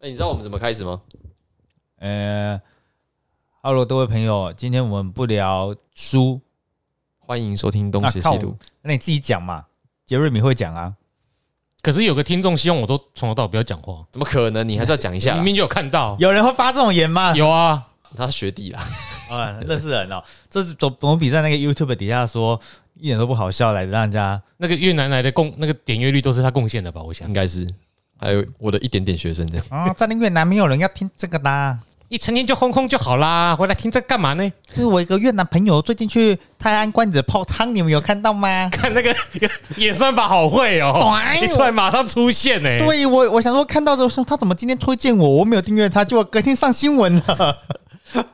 哎、你知道我们怎么开始吗？呃，Hello，各位朋友，今天我们不聊书，欢迎收听《东邪那西看毒啊我》。那你自己讲嘛。杰瑞米会讲啊，可是有个听众希望我都从头到尾不要讲话，怎么可能？你还是要讲一下明啦。明就有看到，有人会发这种言吗？有啊，他学弟啦，啊，认识人哦。这是总总比在那个 YouTube 底下说一点都不好笑来的，让人家那个越南来的贡那个点阅率都是他贡献的吧？我想应该是还有我的一点点学生 这样。啊，在那越南没有人要听这个的啊。一成年就轰轰就好啦，回来听这干嘛呢？ 就是我一个越南朋友最近去泰安关子泡汤，你们有看到吗？看那个 演算法好会哦，短一出来马上出现呢、对我，我想说看到的时候，他怎么今天推荐我？我没有订阅他，结果隔天上新闻了， 哎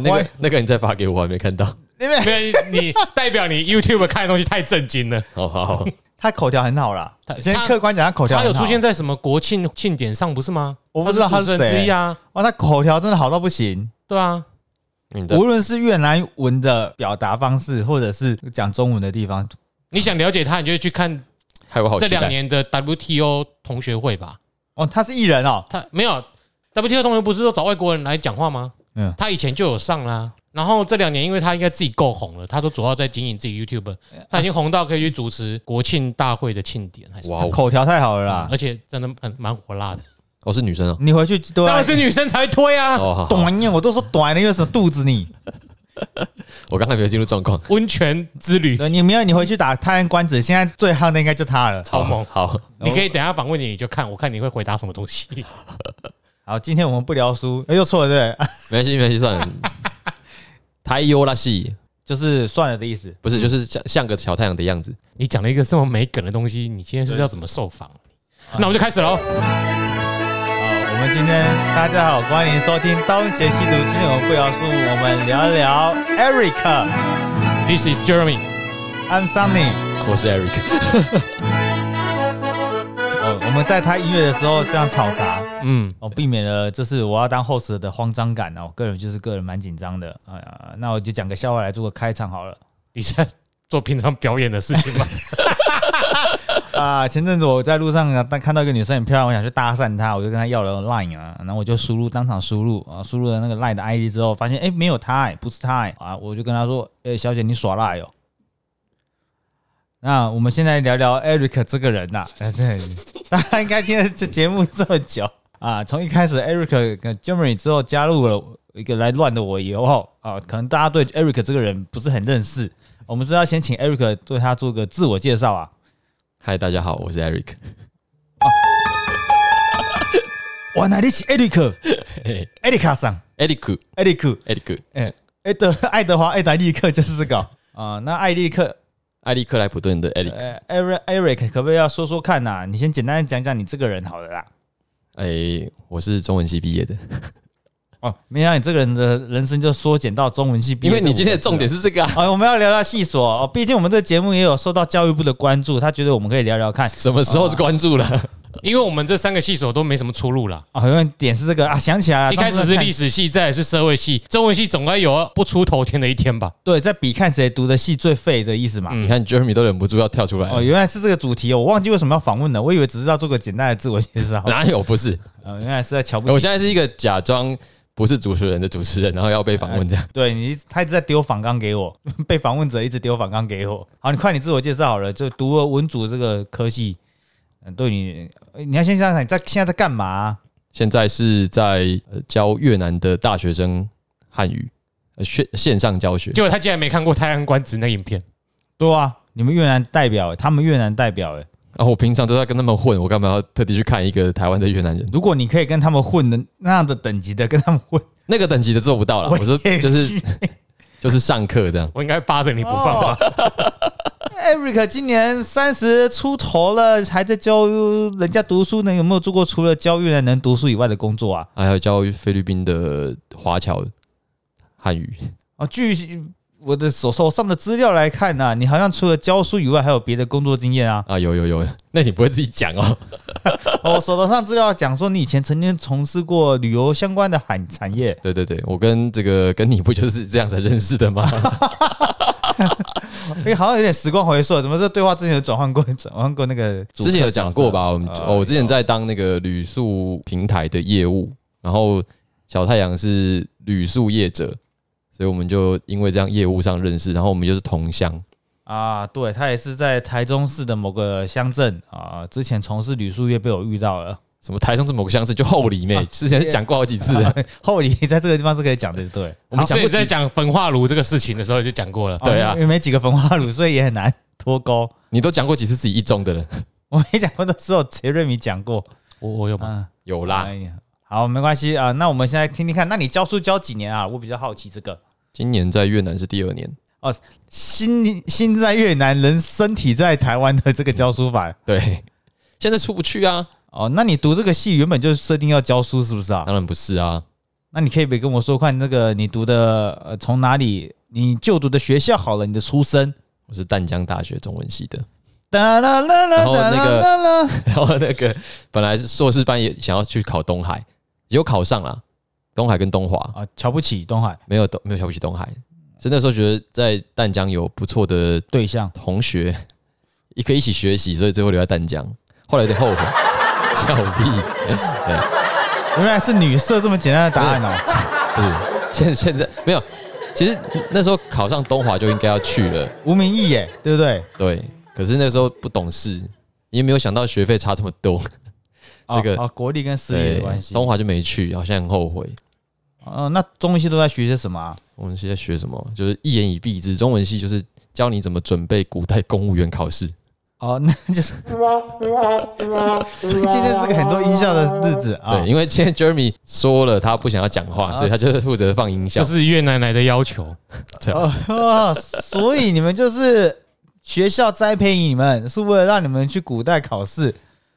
那我个那个你再发给我，我还没看到。因为没有你代表你 YouTube 看的东西太震惊了。好好好，他口条很好啦。他先客观讲，他口条他很有好出现在什么国庆庆典上不是吗？哦我不知道他是主持人谁之一啊，哇，他口条真的好到不行。对啊，你的无论是越南文的表达方式，或者是讲中文的地方，你想了解他，你就去看害我好这期两待。年的 WTO 同学会吧。哦，他是艺人哦，他没有 WTO 同学不是说找外国人来讲话吗？嗯他以前就有上啦。然后这两年，因为他应该自己够红了，他都主要在经营自己 YouTube，他已嗯经红到可以去主持国庆大会的庆典，还是哇他哦，口条太好了啦。而且真的很蛮火辣的。我是女生哦。你回去对当啊然，是女生才会推啊，哦，好好，短呀，我都说短了，又什么肚子你？我刚才没有进入状况。温泉之旅对，你没有，你回去打泰安关子，现在最夯的应该就他了。超猛。好，你可以等一下访问你，你就看，我看你会回答什么东西。好，今天我们不聊书，哎，又错了对不 对，没关系，没关系，算了。太优啦戏就是算了的意思。不是，就是像像个小太阳的样子。你讲了一个这么没梗的东西，你今天是要怎么受访？哎那我们就开始好，喽。我们今天大家好，欢迎收听《东邪西毒》，今天我们不聊书，我们聊聊 Eric，I'm This is Jeremy， Sunny。我是 Eric，哦，我们在他音乐的时候这样吵杂。嗯，哦，避免了就是我要当 host 的慌张感哦，个人就是个人蛮紧张的，哎呀，那我就讲个笑话来做个开场好了。你现在做平常表演的事 情吗？啊，前阵子我在路上啊，但看到一个女生很漂亮，我想去搭讪她，我就跟她要了 line 啊，然后我就输入当场输入啊，输入了那个 line 的 ID 之后，发现哎、诶没有她、诶不是她、诶啊，我就跟她说，哎、小姐你耍赖哦。啊那我们现在聊聊 Eric 这个人呐、啊， 对，大家应该听了这节目这么久啊，从一开始 Eric 跟 Jeremy 之后加入了一个来乱的我以后啊，可能大家对 Eric 这个人不是很认识，我们是要先请 Eric 对他做个自我介绍啊。嗨，大家好，我是 Eric。哇，那你是 Eric 嘿 Eric 桑 Eric，Eric，Eric， Eric，哎、艾德爱德华艾达利克就是这个啊、那艾利克艾利克莱普顿的 Eric。呃 Eric Eric 可不可以要说说看呐、啊你先简单地讲讲你这个人好了啦。哎、我是中文系毕业的，哦，没想到你这个人的人生就缩减到中文系毕因业为这五个字啊。你今天的重点是这个啊， 啊、我们要聊聊细所哦，毕竟我们这个节目也有受到教育部的关注，他觉得我们可以聊聊看。什么时候关注了？哦因为我们这三个系所都没什么出路啦。啊、好像点是这个啊，想起来了，一开始当初是在看历史系，再来是社会系，中文系总该有啊不出头天的一天 吧？对，在比看谁读的戏最废的意思嘛。你看 Jeremy 都忍不住要跳出来，嗯哦，原来是这个主题哦，我忘记为什么要访问了，我以为只是要做个简单的自我介 绍。 哪有不是？呃，原来是在瞧不我起。现在是一个假装不是主持人的主持人，然后要被访问这样。对你一直，他一直在丢反纲给我， 被访问者一直丢反纲给我。好，你快你自我介绍好了，就读了文组这个科系，嗯，对你，呃你要先想想你在现在在干嘛、现在是在、呃教越南的大学生汉语，呃线线上教学。结果他竟然没看过《太阳官职》那影片，对啊，你们越南代表、他们越南代表、欸，然哦后我平常都在跟他们混，我干嘛要特地去看一个台湾的越南人？如果你可以跟他们混的那样的等级的跟他们混，那个等级的做不到了。我说也就是去就是上课这样。我应该扒着你不放吧？ Eric 今年三十出头了，还在教人家读书呢，有没有做过除了教越南人读书以外的工作啊？还有教菲律宾的华侨汉语，啊，据我的手手上的资料来看呢、你好像除了教书以外，还有别的工作经验啊。 啊，有有有，那你不会自己讲哦？哦我手头上资料讲说，你以前曾经从事过旅游相关的产产业。对对对，我跟这个跟你不就是这样才认识的吗？哎，好像有点时光回溯，怎么这对话之前有转换过，转换过那个主之前有客角讲色过？吧？我们、啊哦我之前在当那个旅宿平台的业务，然后小太阳是旅宿业者，所以我们就因为这样业务上认识，然后我们又是同乡，啊，对他也是在台中市的某个乡镇啊，之前从事旅宿业被我遇到了，什么台中这某个乡镇就后里妹，之前讲过好几次了，后里在这个地方是可以讲的，对，我们讲所以过你在几，讲焚化炉这个事情的时候就讲过了，对啊因为没几个焚化炉，所以也很难脱钩。 你都讲过几次自己一中的了？我没讲过的时候，杰瑞米讲过，我我有吗？嗯，有好啦，好，没关系啊、那我们现在听听看，那你教书教几年啊？我比较好奇这个。今年在越南是第二年，心心在越南，人身体在台湾的这个教书法对，现在出不去啊，哦。那你读这个系原本就是设定要教书，是不是啊？当然不是啊，那你可以别跟我说，看那个你读的呃从哪里，你就读的学校好了，你的出身。我是淡江大学中文系的，哒啦啦啦然后哒那个啦啦啦，然后那个本来是硕士班也想要去考东海，有考上啦，东海跟东华，啊，瞧不起东海没有东没有瞧不起东海，是那时候觉得在淡江有不错的对象，同学，也可以一起学习，所以最后留在淡江。后来有点后悔，笑屁，原来是女色这么简单的答案哦。不是现现在没有。其实那时候考上东华就应该要去了，吴明义耶，对不对？对。可是那时候不懂事，也没有想到学费差这么多，哦这个哦，国力跟私立对的关，系。东华就没去，好像很后悔。哦，那中文系都在学些什么啊？我们现在学什么？就是一言以蔽之，中文系就是教你怎么准备古代公务员考试。哦，那就是今天是个很多音效的日子啊。对，因为今天 Jeremy 说了他不想要讲话，所以他就是负责放音效这。是越南来的要求，这样子哦，所以你们就是学校栽培你们，是为了让你们去古代考试。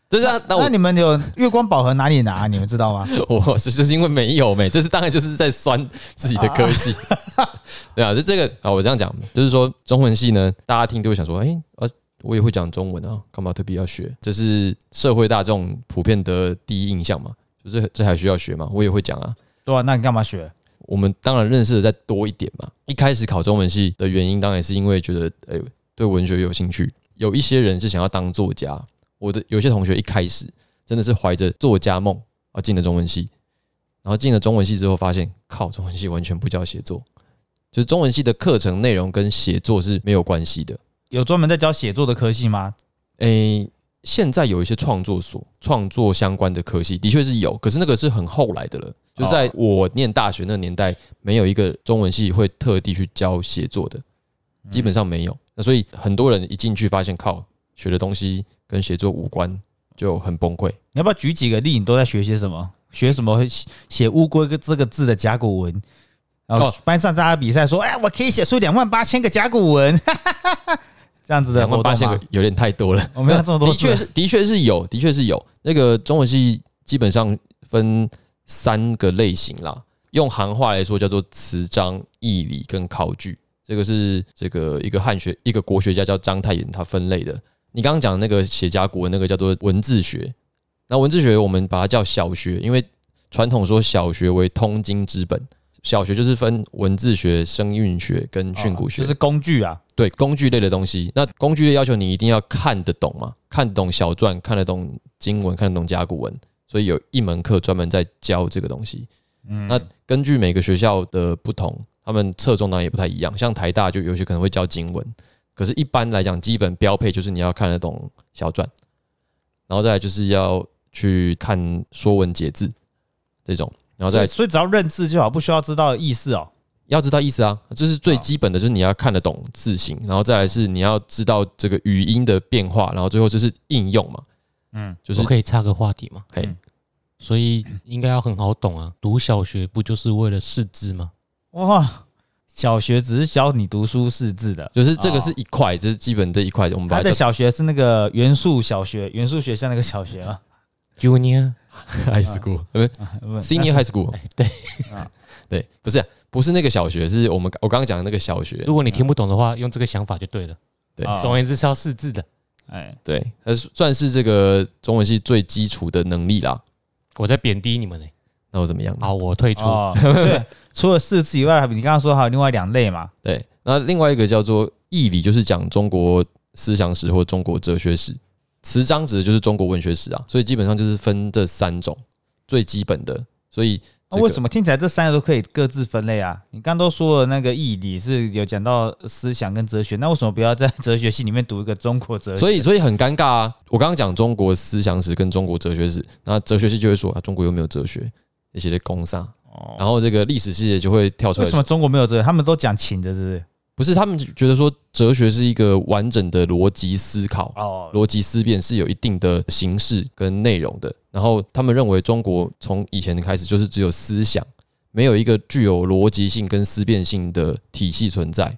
就是啊，那那我你们有月光宝盒哪里拿？你们知道吗？ 我是就是因为没有没，这是当然就是在酸自己的啊科 系，对啊，就这个啊，我这样讲，就是说中文系呢，大家听都会想说，哎、呃，我也会讲中文啊，干嘛特别要学？这是社会大众普遍的第一印象嘛，就是这还需要学嘛？我也会讲啊，对啊，那你干嘛学？我们当然认识的再多一点嘛。一开始考中文系的原因，当然是因为觉得，哎、对文学有兴趣。有一些人是想要当作家，我的有些同学一开始真的是怀着作家梦而进了中文系，然后进了中文系之后，发现靠，中文系完全不教写作，就是中文系的课程内容跟写作是没有关系的。有专门在教写作的科系吗？诶、现在有一些创作所、创作相关的科系，的确是有，可是那个是很后来的了。就在我念大学那个年代，没有一个中文系会特地去教写作的，基本上没有。那所以很多人一进去发现，靠，学的东西跟写作无关，就很崩溃。你要不要举几个例？你都在学些什么？学什么？写写乌龟这个字的甲骨文。然后哦班上大家比赛说：“哎，我可以写出两万八千个甲骨文。 哈哈哈哈”这样子的两活万八动千吗哦个？有点太多了，我没有 这么多的确是，的确是有，的确是有。那个中文系基本上分三个类型啦，用行话来说叫做词章、义理跟考据。这个是这个一个汉学一个国学家叫章太炎他分类的。你刚刚讲的那个写甲骨文那个叫做文字学，那文字学我们把它叫小学，因为传统说小学为通经之本，小学就是分文字学、声韵学跟训诂学就。是工具啊。对工具类的东西，那工具类要求你一定要看得懂嘛，看得懂小篆，看得懂经文，看得懂甲骨文，所以有一门课专门在教这个东西。嗯，那根据每个学校的不同，他们侧重当然也不太一样。像台大就有些可能会教经文，可是一般来讲，基本标配就是你要看得懂小篆，然后再来就是要去看《说文解字》这种，然后再所来以所以只要认字就好，不需要知道意思哦。要知道意思啊，这是最基本的，就是你要看得懂字形，然后再来是你要知道这个语音的变化，然后最后就是应用嘛，嗯，就是我可以插个话题吗？嘿嗯所以应该要很好懂啊，读小学不就是为了识字吗？哇，小学只是教你读书识字的，就是这个是一块，这是基本这一块，我们把它他的叫小学是那个元素小学，元素学校那个小学 啊， Junior， high school，不是不 senior high school，对啊 对，不是不是那个小学，是我们我刚刚讲的那个小学， 如果你听不懂的话，用这个想法就对了。对啊总而言之是要识字的。哎，对，它是算是这个中文系最基础的能力啦。我在贬低你们呢、那我怎么样？好，我退出。哦哦，对，除了识字以外，你刚刚说还有另外两类嘛？对，那另外一个叫做义理就是讲中国思想史或中国哲学史，词章指的就是中国文学史啊，所以基本上就是分这三种最基本的。所以那、为什么么听起来这三个都可以各自分类啊？你刚都说了那个义理是有讲到思想跟哲学，那为什么不要在哲学系里面读一个中国哲学？所以所以很尴尬啊！我刚刚讲中国思想史跟中国哲学史，那哲学系就会说啊，中国有没有哲学？那些的攻杀，哦然后这个历史系也就会跳出为来什么中国没有哲学？他们都讲情的，是不是？不是他们觉得说哲学是一个完整的逻辑思考，哦，逻辑思辨是有一定的形式跟内容的。然后他们认为中国从以前开始就是只有思想，没有一个具有逻辑性跟思辨性的体系存在，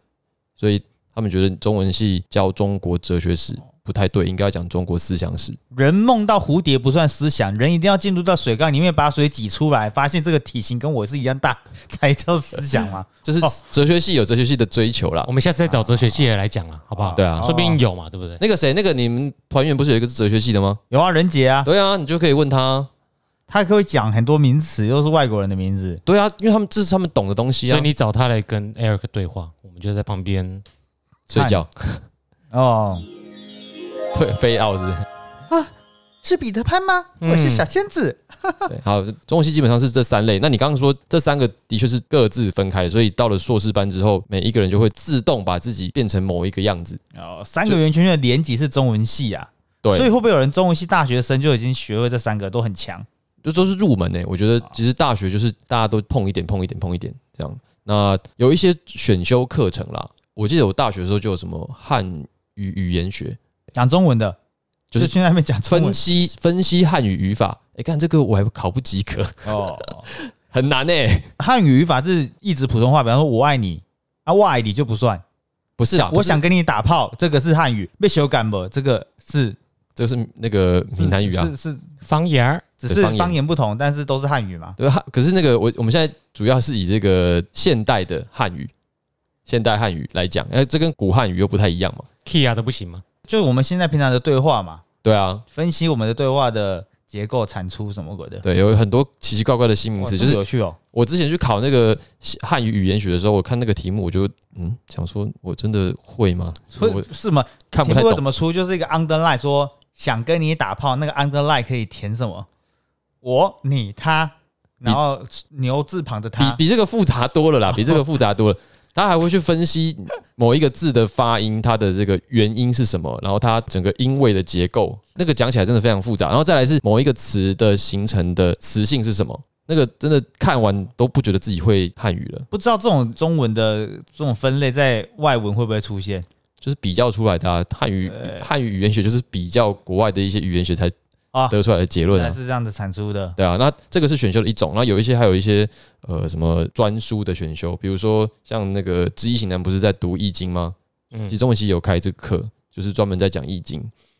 所以他们觉得中文系教中国哲学史不太对，应该要讲中国思想史。人梦到蝴蝶不算思想，人一定要进入到水缸里面把水挤出来，发现这个体型跟我是一样大，才叫思想嘛。这是哦哲学系有哲学系的追求啦我。们下次再找哲学系的来讲了，好不好？ 对啊说不哦定有哦嘛，对不对？那个谁，那个你们团员不是有一个是哲学系的吗？有啊，任杰啊，对啊，你就可以问他。他可以讲很多名词，又是外国人的名字。对啊，因为他们这是他们懂的东西所啊以。你找他来跟 Eric 对话，我们就在旁边。睡 觉，哦，对，飞奥是不是。是彼得潘吗？嗯我是小仙子。 对，好，中文系基本上是这三类。那你刚刚说这三个的确是各自分开的，所以到了硕士班之后，每一个人就会自动把自己变成某一个样子。哦，三个圆圈圈的连级是中文系啊，对，所以会不会有人中文系大学生就已经学会这三个都很强？这都是入门呢、欸我觉得其实大学就是大家都碰一点、碰一点、碰一点这样。那有一些选修课程啦，我记得我大学的时候就有什么汉语语言学，讲中文的，就就是是去那边讲中文分。析分析汉语语法。哎、看这个我还考不及格， 哦，很难欸呢、汉语语法是一直普通话，比方说我爱你啊，我爱你就不算。不是啦，我啊不是想跟你打炮，这个是汉语，被修改不？这个是这是那个闽南语啊，是是，方言儿，只对是方言方言不同，但是都是汉语嘛。对，汉可是那个我我们现在主要是以这个现代的汉语，现代汉语来讲，哎，这跟古汉语又不太一样嘛。 k i a 的不行吗？就是我们现在平常的对话嘛，对啊，分析我们的对话的结构、产出什么鬼的，对，有很多奇奇怪怪的新名哇词。这就嗯么是有趣哦。我之前去考那个汉语语言学的时候，我看那个题目，我就嗯想说，我真的会吗？会我是吗？看不题太目会怎懂。么出？就是一个 underline 说想跟你打炮，那个 underline 可以填什么？我、你、他，然后牛字旁的比他。比这个复杂多了 啦，比这个复杂多了。他还会去分析某一个字的发音，它的这个元音是什么，然后它整个音位的结构，那个讲起来真的非常复杂。然后再来是某一个词的形成的词性是什么，那个真的看完都不觉得自己会汉语了，不知道这种中文的这种分类在外文会不会出现？就是比较出来的、啊、汉语哎汉语语言学就是比较国外的一些语言学才啊得出来的结原论来啊。是这样子产出的。对啊，那这个是选修的一种，然后有一些还有一些呃什么专书的选修，比如说像那个知易行难不是在读易经吗？嗯其，实中文系有开这个课，就是专门在讲《易经》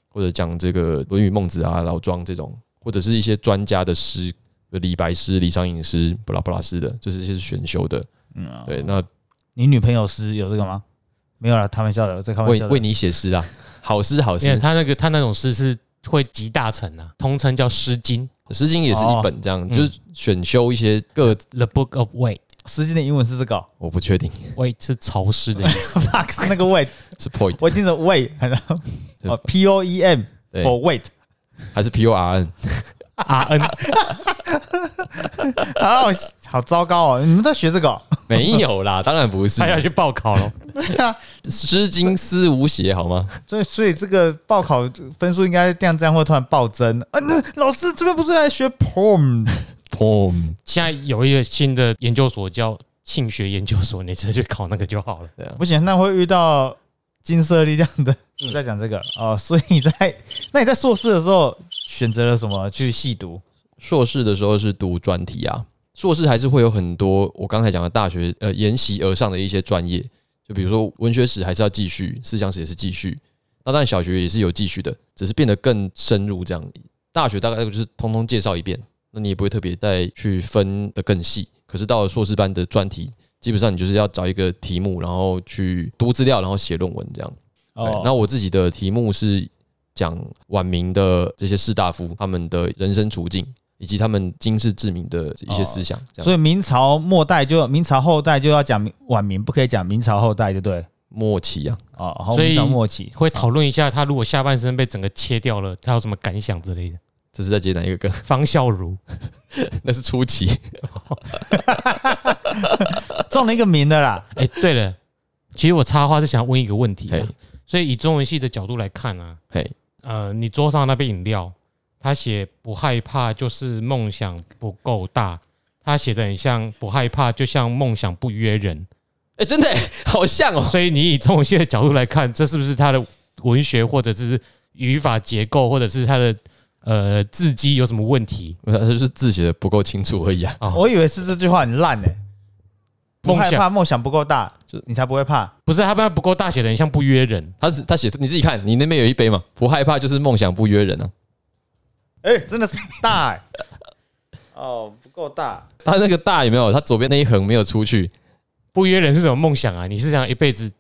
或者讲这个《论语》《孟子》啊、老庄这种，或者是一些专家的诗，李白诗、李商隐诗、布拉布拉诗的，就是一些是选修的。嗯，哦对，那你女朋友诗有这个吗？没有了，开玩笑的，我在开玩为笑的。为你写诗啊，好诗好因为诗，他那个他那种诗是会集大成啊，通称叫《诗经《诗经》也是一本这样，嗯就是选修一些各，》 （The Book of Wei）。诗经的英文是这个、哦、 我不确定 Wei 是潮湿的意思。 ，fuck 是那个 wait，是 point 我记得 wait，哦 p o e m 对 for wait，还是 P O R N， R N 啊，我好糟糕哦！你们在学这个、哦？ 没有啦，当然不是他，要去报考了。对啊， 《诗经》思无邪好吗？所以所以这个报考分数应该这样这样会突然暴增啊！那老师这边不是来学 poem？砰，现在有一个新的研究所叫性学研究所，你直接去考那个就好了。对啊， 不行，那会遇到金色力量的。嗯你在讲这个哦，所以你在那你在硕士的时候选择了什么去细读？硕士的时候是读专题啊，硕士还是会有很多我刚才讲的大学呃沿袭而上的一些专业，就比如说文学史还是要继续，思想史也是继续，那当然小学也是有继续的，只是变得更深入这样。大学大概就是通通介绍一遍，那你也不会特别再去分的更细。可是到了硕士班的专题，基本上你就是要找一个题目，然后去读资料，然后写论文这样。哦对，，那我自己的题目是讲晚明的这些士大夫他们的人生处境，以及他们经世致明的一些思想。这样，所以明朝末代就明朝后代就要讲晚明，不可以讲明朝后代，就对了。默契啊，哦，好，我所们以找默 契。会讨论一下他如果下半身被整个切掉了，他有什么感想之类的。这是在接哪一个梗？ 方孝孺，那是初期，中了一个名的啦，哎、对了，其实我插话是想问一个问题啊、嘿，所以以中文系的角度来看啊，嘿，呃，你桌上那杯饮料，他写不害怕就是梦想不够大，他写的很像不害怕，就像梦想不 约人。哎，真的欸好像哦，所以你以中文系的角度来看，这是不是他的文学或者是语法结构，或者是他的呃字迹有什么问题？他就是字写的不够清楚而已啊。哦我以为是这句话很烂呢、不梦害想怕，梦想不够大就，你才不会怕。不是他们不够大写的，很像不约人。他是他写你自己看，你那边有一杯嘛，不害怕就是梦想不约人啊。哎、真的是大、欸，哦，不够大。他那个大有没有？他左边那一横没有出去，不约人是什么梦想啊？你是想一辈子？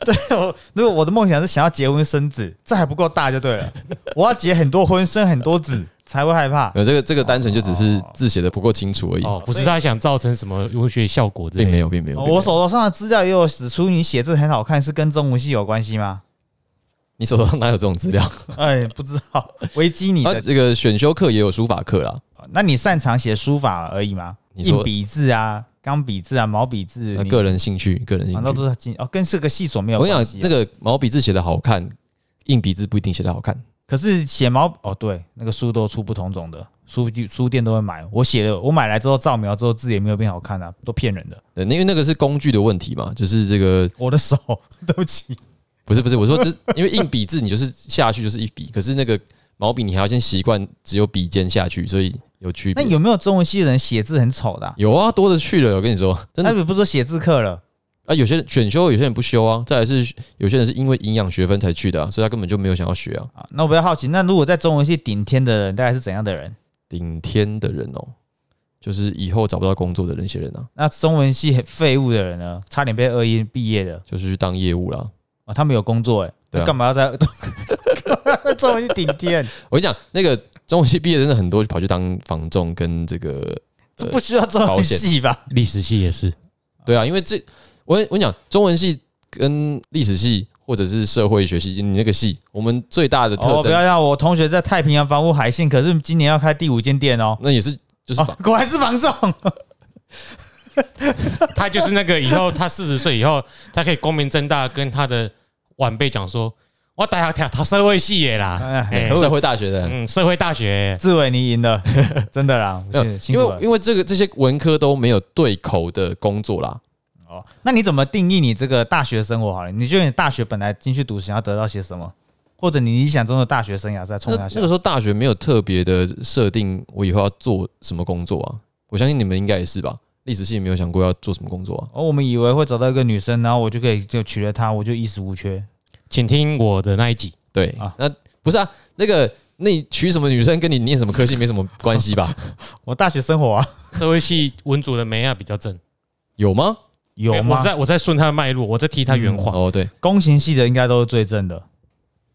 对，我 如果我的梦想是想要结婚生子，这还不够大就对了。我要结很多婚，生很多子，才会害怕。呃，这个这个单纯就只是字写的不够清楚而已，哦，不所是以他想造成什么文学效果之类并的。没有，并没有。哦并没有我手头上的资料也有指出，你写字很好看是跟中文系有关系吗？你手头上哪有这种资料？哎、不知道，维基你啊，的。这个选修课也有书法课啦，那你擅长写书法而已吗？你说硬笔字啊，钢笔字啊，毛笔字，那你呃个人兴趣，个人兴难道趣。都是经哦，跟这个系所没有我跟你关讲，系啊、那个毛笔字写的好看，硬笔字不一定写的好看。可是写毛哦，对，那个书都出不同种的，书具书店都会买。我写了，我买来之后照描之后字也没有变好看啊，都骗人的。对，因为那个是工具的问题嘛，就是这个我的手， 对不起，不是不是，我说这因为硬笔字你就是下去就是一笔，可是那个毛笔你还要先习惯只有笔尖下去，所以有区那别。有没有中文系的人写字很丑的、啊？有啊，多的去了。我跟你说，真的那你不是说写字课了？啊，有些人选修，有些人不修啊。再来是有些人是因为营养学分才去的、啊，所以他根本就没有想要学啊。啊，那我比较好奇，那如果在中文系顶天的人，大概是怎样的人？顶天的人哦，就是以后找不到工作的那些人啊，那中文系很废物的人呢？差点被二一毕业的就是去当业务啦。啊，他们有工作哎、对啊那干嘛 要 在在中文系顶天？我跟你讲，那个中文系毕业的真的很多，就跑去当房仲跟这个，这不需要中文系吧？历史系也是，对啊，因为这我我跟你讲，中文系跟历史系或者是社会学系，你那个系，我们最大的哦，特不征，要让我同学在太平洋房屋海信，可是今年要开第五间店哦。那也是就是房哦、果然是房 仲，他就是那个以后他四十岁以后，他可以光明正大跟他的晚辈讲说：“我大学跳他社会系的啦，哎哎，社会大学的人。嗯，社会大学志伟你 赢了，真的啦，没有辛因辛苦了为因为这个这些文科都没有对口的工作啦，哦。那你怎么定义你这个大学生活好了？你觉得你大学本来进去读想要得到些什么，或者你理想中的大学生涯是在那冲那啥个下时？候大学没有特别的设定，我以后要做什么工作啊？我相信你们应该也是吧？历史系也没有想过要做什么工作啊？哦，我们以为会找到一个女生，然后我就可以就娶了她，我就衣食无缺。请听我的那一集。对，啊那不是啊，那个那你娶什么女生跟你念什么科系没什么关系吧？我大学生活啊，哎社会系文组的梅亚比较正，哎有吗？有吗嗯我？在我在顺他的脉络，我在替他圆谎。哦，对，工勤系的应该都是最正的，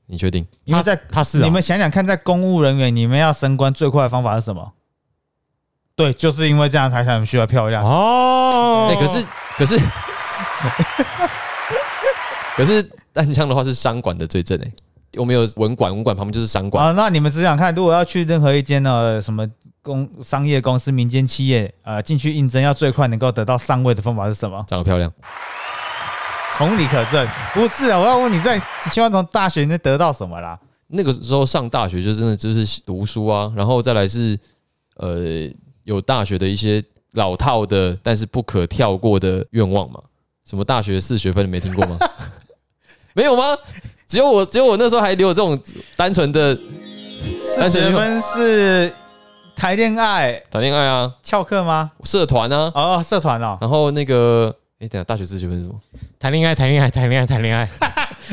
你确定？因为在他是啊你们想想看，在公务人员，你们要升官最快的方法是什么？对，就是因为这样才才需要漂亮。哦，哎、可是可是 可是淡江的话是商管的最正哎、我们有文管，文管旁边就是商管。啊，那你们只想看，如果要去任何一间呃什么公商业公司、民间企业，呃，进去应征，要最快能够得到上位的方法是什么？长得漂亮，同理可证，不是啊，我要问你在希望从大学能得到什么啦？那个时候上大学就真的就是读书啊，然后再来是呃有大学的一些老套的，但是不可跳过的愿望嘛。什么大学四学分你没听过吗？ 没有吗？只有我，只有我那时候还留有这种单纯的四但是学分是谈恋爱、谈恋爱啊、翘课吗？社团啊，哦，社团哦，然后那个哎、等一下大学四学分是什么？谈恋爱，谈恋爱，谈恋爱，谈恋爱，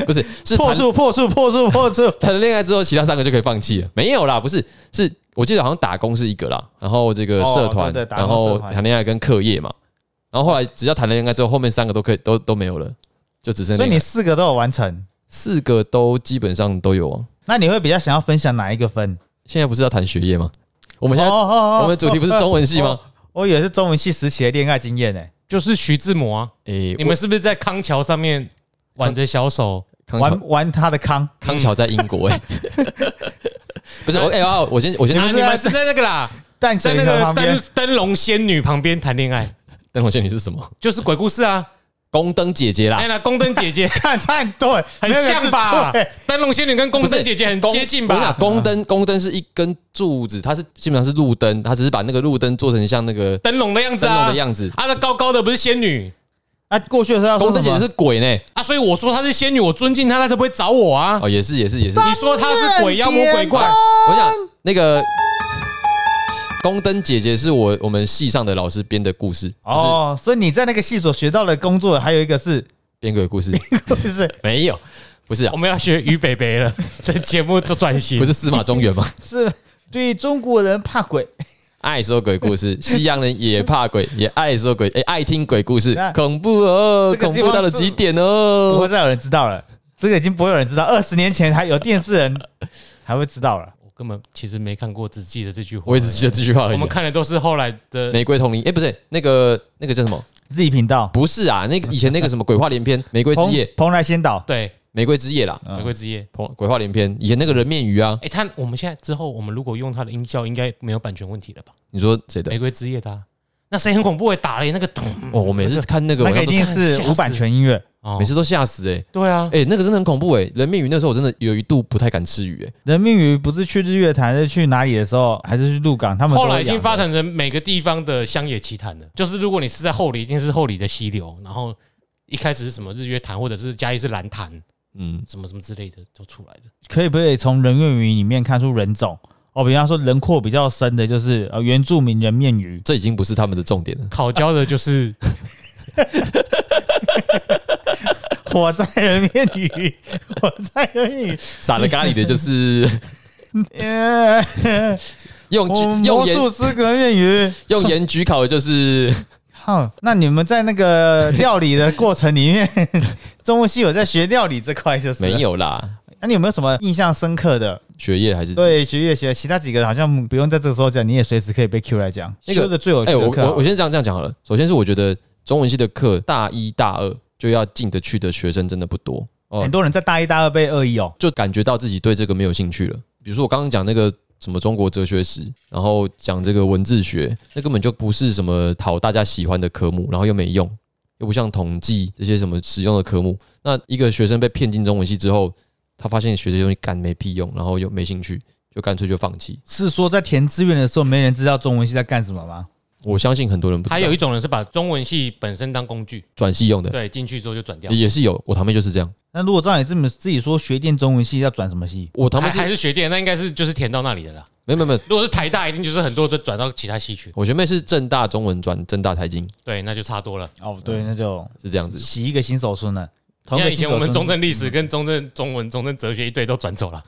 不是，是破谈处、破处、破处、破处。谈恋爱之后，其他三个就可以放弃了？没有啦，不是，是我记得好像打工是一个啦，然后这个哦社团，对对打工然后社团谈恋爱跟课业嘛，然后后来只要谈了恋爱之后，后面三个都可以都都没有了，就只剩所以恋爱你四个都有完成，四个都基本上都有啊。那你会比较想要分享哪一个分？现在不是要谈学哎业吗？我们现在、哦哦我们的主题不是中文系吗？哦我以为是中文系时期的恋爱经验呢、就是徐志摩啊。诶、你们是不是在康桥上面挽着小手？康桥玩玩他的康，康桥在英国诶、 不是我哎、欸，我先我先啊你们是在那个啦，淡在水那河个旁边灯，灯笼仙女旁边谈恋爱，灯红仙女是什么？就是鬼故事啊。宫灯姐姐啦哎，，那宫灯 姐 姐看看对，很没有一个像是吧对？灯笼仙女跟宫灯姐姐很接近我跟你吧嗯讲？宫灯宫灯是一根柱子，它是基本上是路灯，它只是把那个路灯做成像那个灯笼的样子灯笼啊的，样子。啊，那高高的不是仙女啊，过去的时候要宫说灯什姐么姐是鬼呢、啊，所以我说她是仙女，我尊敬她，她才不会找我啊。哦，也是也是也是。你说她是鬼妖魔鬼怪，我想那个宫灯姐姐是我我们系上的老师编的故事，就是哦，所以你在那个系所学到的工作，还有一个是 编鬼故事，就是没有，不是啊我，们要学于北北了， 这节目做转型不。是司马中原吗？是对中国人怕鬼，爱说鬼故事，西洋人也怕鬼，也爱说鬼，哎、爱听鬼故事那，恐怖哦，这个恐地方怖到了极点哦。呃不会再有人知道了。这个已经不会有人知道，二十年前还有电视人才会知道了。我根本其实没看过，只记得这句话。我也只记得这句话而我已们啊。看的都是后来的玫瑰同林，哎、不对，那个那个叫什么？自己频道，不是啊，那个以前那个什么鬼话连 篇，玫瑰之蓬夜，蓬莱仙岛，对玫瑰之夜啦， 《玫瑰之夜》鬼话连篇，以前那个人面鱼啊，哎，他我们现在之后，我们如果用他的音效，应该没有版权问题了吧？你说谁《的玫？瑰之夜》的啊，那谁很恐怖，会打雷那个咚。哦，我每次看那个，那我个要一都定哦是无版权音乐。哦每次都吓死哎、欸。对啊，哎、那个真的很恐怖哎、人面鱼那时候我真的有一度不太敢吃鱼哎、人命鱼不是去日月潭，是去哪里的时候，还是去鹿港？他们都后来已养经的发展成每个地方的乡野奇谈了。就是如果你是在后里，一定是后里的溪流，然后一开始是什么日月潭，或者是嘉义是蓝潭，嗯，什么什么之类的都出来的。可以不可以从人面鱼里面看出人种？哦，比方说轮廓比较深的，就是呃原住民人面鱼， 这已经不是他们的重点了。烤焦的就是火灾人面鱼， 火灾人面鱼， 撒了咖喱的就是呃，用我菊用哦魔盐术师格面鱼。用盐焗烤的 就是好，那你们在那个料理的过程里面， 中文系有在学料理这块就是了没。有啦，那、你有没有什么印象深刻的？学业还是对，学乐学其他几个好像不用在这个时候讲，你也随时可以被 Q 来讲。那个修的哦最有哎、趣我的课我啊我，先这样这样讲好了。首先是我觉得中文系的课大一大二就要进得去的学生真的不多哦很，多人在大一、大二被恶意哦。就感觉到自己对这个没有兴趣了。比如说我刚刚讲那个什么中国哲学史，然后讲这个文字学，那根本就不是什么讨大家喜欢的科目，然后又没用，又不像统计这些什么实用的科目。那一个学生被骗进中文系之后，他发现学这些东西干没屁用，然后又没兴趣，就干脆就放弃。是说在填志愿的时候，没人知道中文系在干什么吗？我相信很多人不知道还有一种人是把中文系本身当工具，转系用的，对，进去之后就转掉，也是有。我堂妹就是这样，那如果照你这么自己说，学电中文系要转什么系？我堂妹还是还是学电，那应该是就是填到那里的啦。没有没有没有，如果是台大，一定就是很多都转到其他系去，我学妹是正大中文转正大财经，对，那就差多了。哦，对，那就是这样子。洗一个新手村了。同你一看个以新前手我们村中正历史跟中正中文、中正哲学一堆都转走了，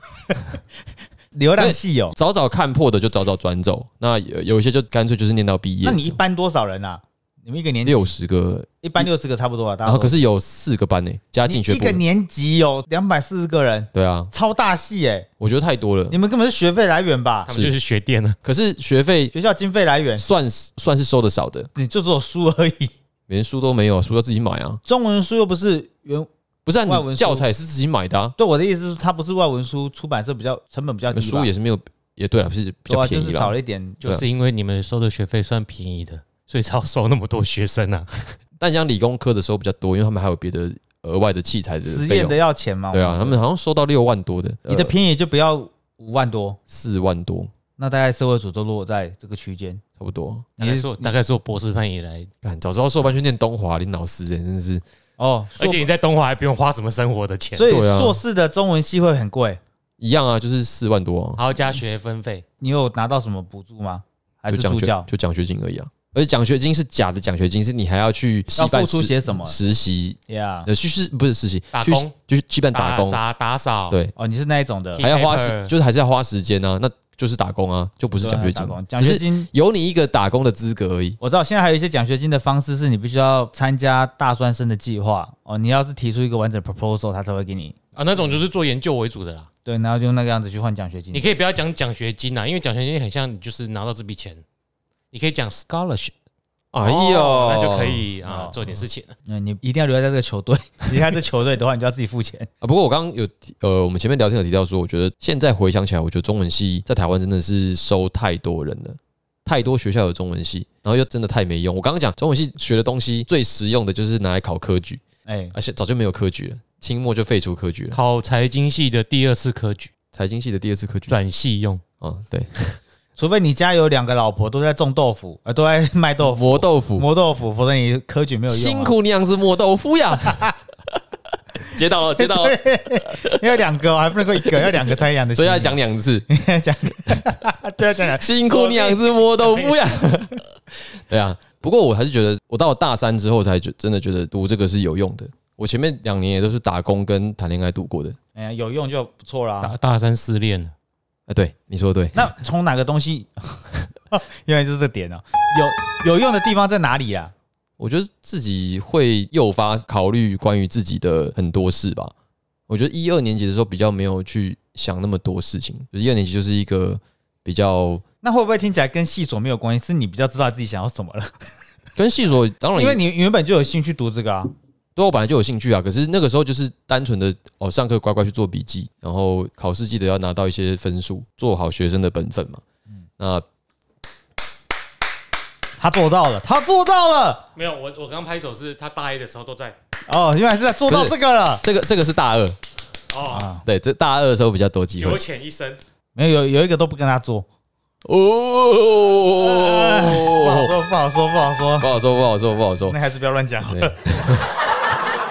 流量系哦有，早早看破的就早早转走，那有有一些就干脆就是念到毕业。那你一般多少人啊？你们一个年级六十个，一般六十个差不多啊，大然家后都可是有四个班呢、加进学你一部个。年级有两百四十个人，对啊，超大系哎、我觉得太多了你。们根本是学费来源吧他？们就是学电了。可是学费学校经费来源，算算是收的少的，你就只有书而已。连书都没有，书要自己买啊。中文书又不是原，不是、啊、外文你书教材是自己买的啊，对我的意思是，它不是外文书，出版社比较成本比啊较低吧，书也是没有，也对了，不是比对较啊，就便宜是少啦。了一点。就是因为你们收的学费算便宜的，所以才要收那么多学生啊。但像理工科的收比较多，因为他们还有别的额外的器材的实费验用的。要钱嘛？对啊，他们好像收到六万多的，你的呃便宜就不要五万多，四万多那大概社会组都落在这个区间。差不多。大你概是是我大概是我博士班以来，看，早知道硕班去念东华林老师、欸，真的是哦，哎而且你在东华还不用花什么生活的钱，所以对啊硕士的中文系会很贵。一样啊，就是四万多、啊。还要加学分费。你有拿到什么补助吗？还就是助奖学教？就奖学金而已啊。而且奖学金是假的奖学金，是你还要去西要办付出实些什么啊实习，呀？呃，去是不是实习？打去工就是去办打工，打打扫，对，哦，你是那一种的提，还要花 paper 时，就是还是要花时间啊，那就是打工啊，就不是奖学打金工，奖只学是金。有你一个打工的资格而已。我知道现在还有一些奖学金的方式是你必须要参加大专生的计划哦，你要是提出一个完整的 proposal，他才会给你啊，那种就是做研究为主的啦。对，然后用那个样子去换奖学金你。可以不要讲奖学金啦，因为奖学金很像你就是拿到这笔钱，你可以讲 scholarship，哎呦，哦那就可以啊哦，做点事情了。嗯，你一定要留在这个球队，离开这球队的 话，你就要自己付钱。啊。不过我刚刚有提呃，我们前面聊天有提到说，我觉得现在回想起来，我觉得中文系在台湾真的是收太多人了。太多学校有中文系，然后又真的太没用。我刚刚讲中文系学的东西最实用的就是拿来考科举， 哎，而且早就没有科举了，清末就废除科举了，考财经系的第二次科举，财经系的第二次科举。转系用。啊，对，除非你家有两个老婆都在种豆腐，呃，都在卖豆腐、磨豆腐，磨豆腐，否则你科举没有用啊。辛苦娘子磨豆 腐呀。接到了，接到了， 要两个哦，还不能够一个，要两个才 养得起。所以要讲两次。讲，对啊，讲讲辛苦娘子磨豆腐呀。 对啊，不过我还是觉得，我到了大三之后才觉真的觉得读这个是有用的。我前面两年也都是打工跟谈恋爱度过的。哎呀，有用就不错啦。大大三失恋了，啊，对，你说的对。那从哪个东西？ 原来就是这点哦。有有用的地方在哪里啊？我觉得自己会诱发考虑关于自己的很多事吧。我觉得一二年级的时候比较没有去想那么多事情，就是一二年级就是一个比较那会不会听起来跟系所没有关系？是你比较知道自己想要什么了？跟系所当然因也为你原本就有兴趣读这个啊。对我本来就有兴趣啊，可是那个时候就是单纯的哦，上课乖乖去做笔记，然后考试记得要拿到一些分数，做好学生的本分嘛。那他做到了，他做到了没有我我刚拍手是他大一的时候都在哦，原来是在做到这个了这个这个是大二，哦，啊。对，这大二的时候比较多机会浅一深，没有有有一个都不跟他做，不好哦，说，不好说，不好说不。好说，不好说，不好说那还是不要乱讲好了。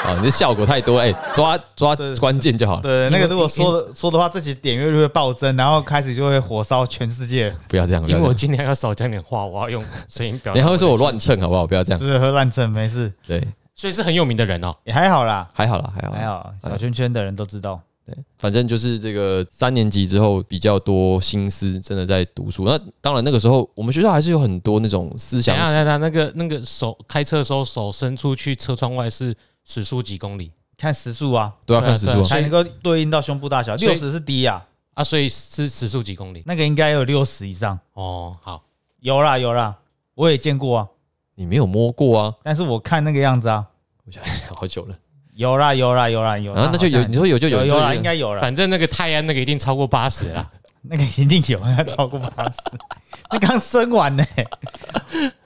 啊！你的效果太多了，哎，抓抓对关键就好了，对，那个如果说的说的话，这集点阅率会暴增，然后开始就会火烧全世界，不要这样，不因要这为我样。今天要少讲点话，我要用声音表达。你还会说我乱蹭好不好？不要这样就，是会乱整，没事，对，所以是很有名的人哦。也还好啦，还好啦，还好，还，好，小圈圈的人都知道。对，反正就是这个三年级之后比较多心思真的在读书。那当然那个时候我们学校还是有很多那种思等想一下，等一下，那个那个手开车的时候手伸出去，车窗外是时速几公里看时速啊，都要对啊看时对啊数啊。所才以能够对应到胸部大小，所以六十是低啊，啊？所以是时速几公里那个应该有六十以上，哦。好，有啦有啦，我也见过啊，你没有摸过啊？但是我看那个样子啊，我想想好久了。有啦有啦有啦有啦，啊然后那就好有，像你说有就有有，有啦，就应该有啦，反正那个泰安那个一定超过八十啦。 那个一定有，要超过八十， 那刚生 完呢，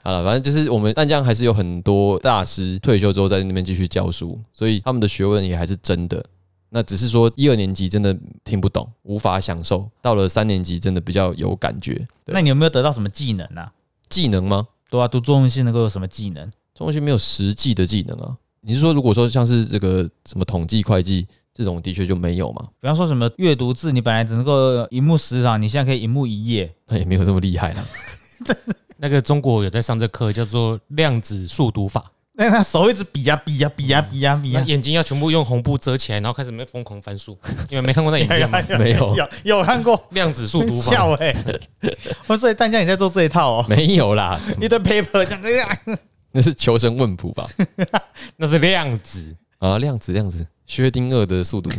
好了。反正就是我们淡江还是有很多大师退休之后在那边继续教书，所以他们的学问也还是真的。那只是说一二年级真的听不懂，无法享受；到了三年级真的比较有感觉。那对，你有没有得到什么技能啊？技能吗？对啊，读中文系能够有什么技能？中文系没有实际的技能啊。你是说，如果说像是这个什么统计、会计这种，的确就没有嘛？ 比方说什么阅读字，你本来只能够一目十行，你现在可以一目一页。那也没有这么厉害啦。 那个中国有在上这课叫做量子速读法，那他手一直比呀、比呀、比呀、比呀、比那呀、眼睛要全部用红布遮起来，然后开始那边疯狂翻书。你们没看过那 影片吗？没有，有有看过，量子速读哎笑法，哎、我所以大家也在做这一套哦， 没有啦，一堆 paper 这样哎这样，那是求神问卜吧？ 那是量子。啊，量子，量子，薛定谔的速度。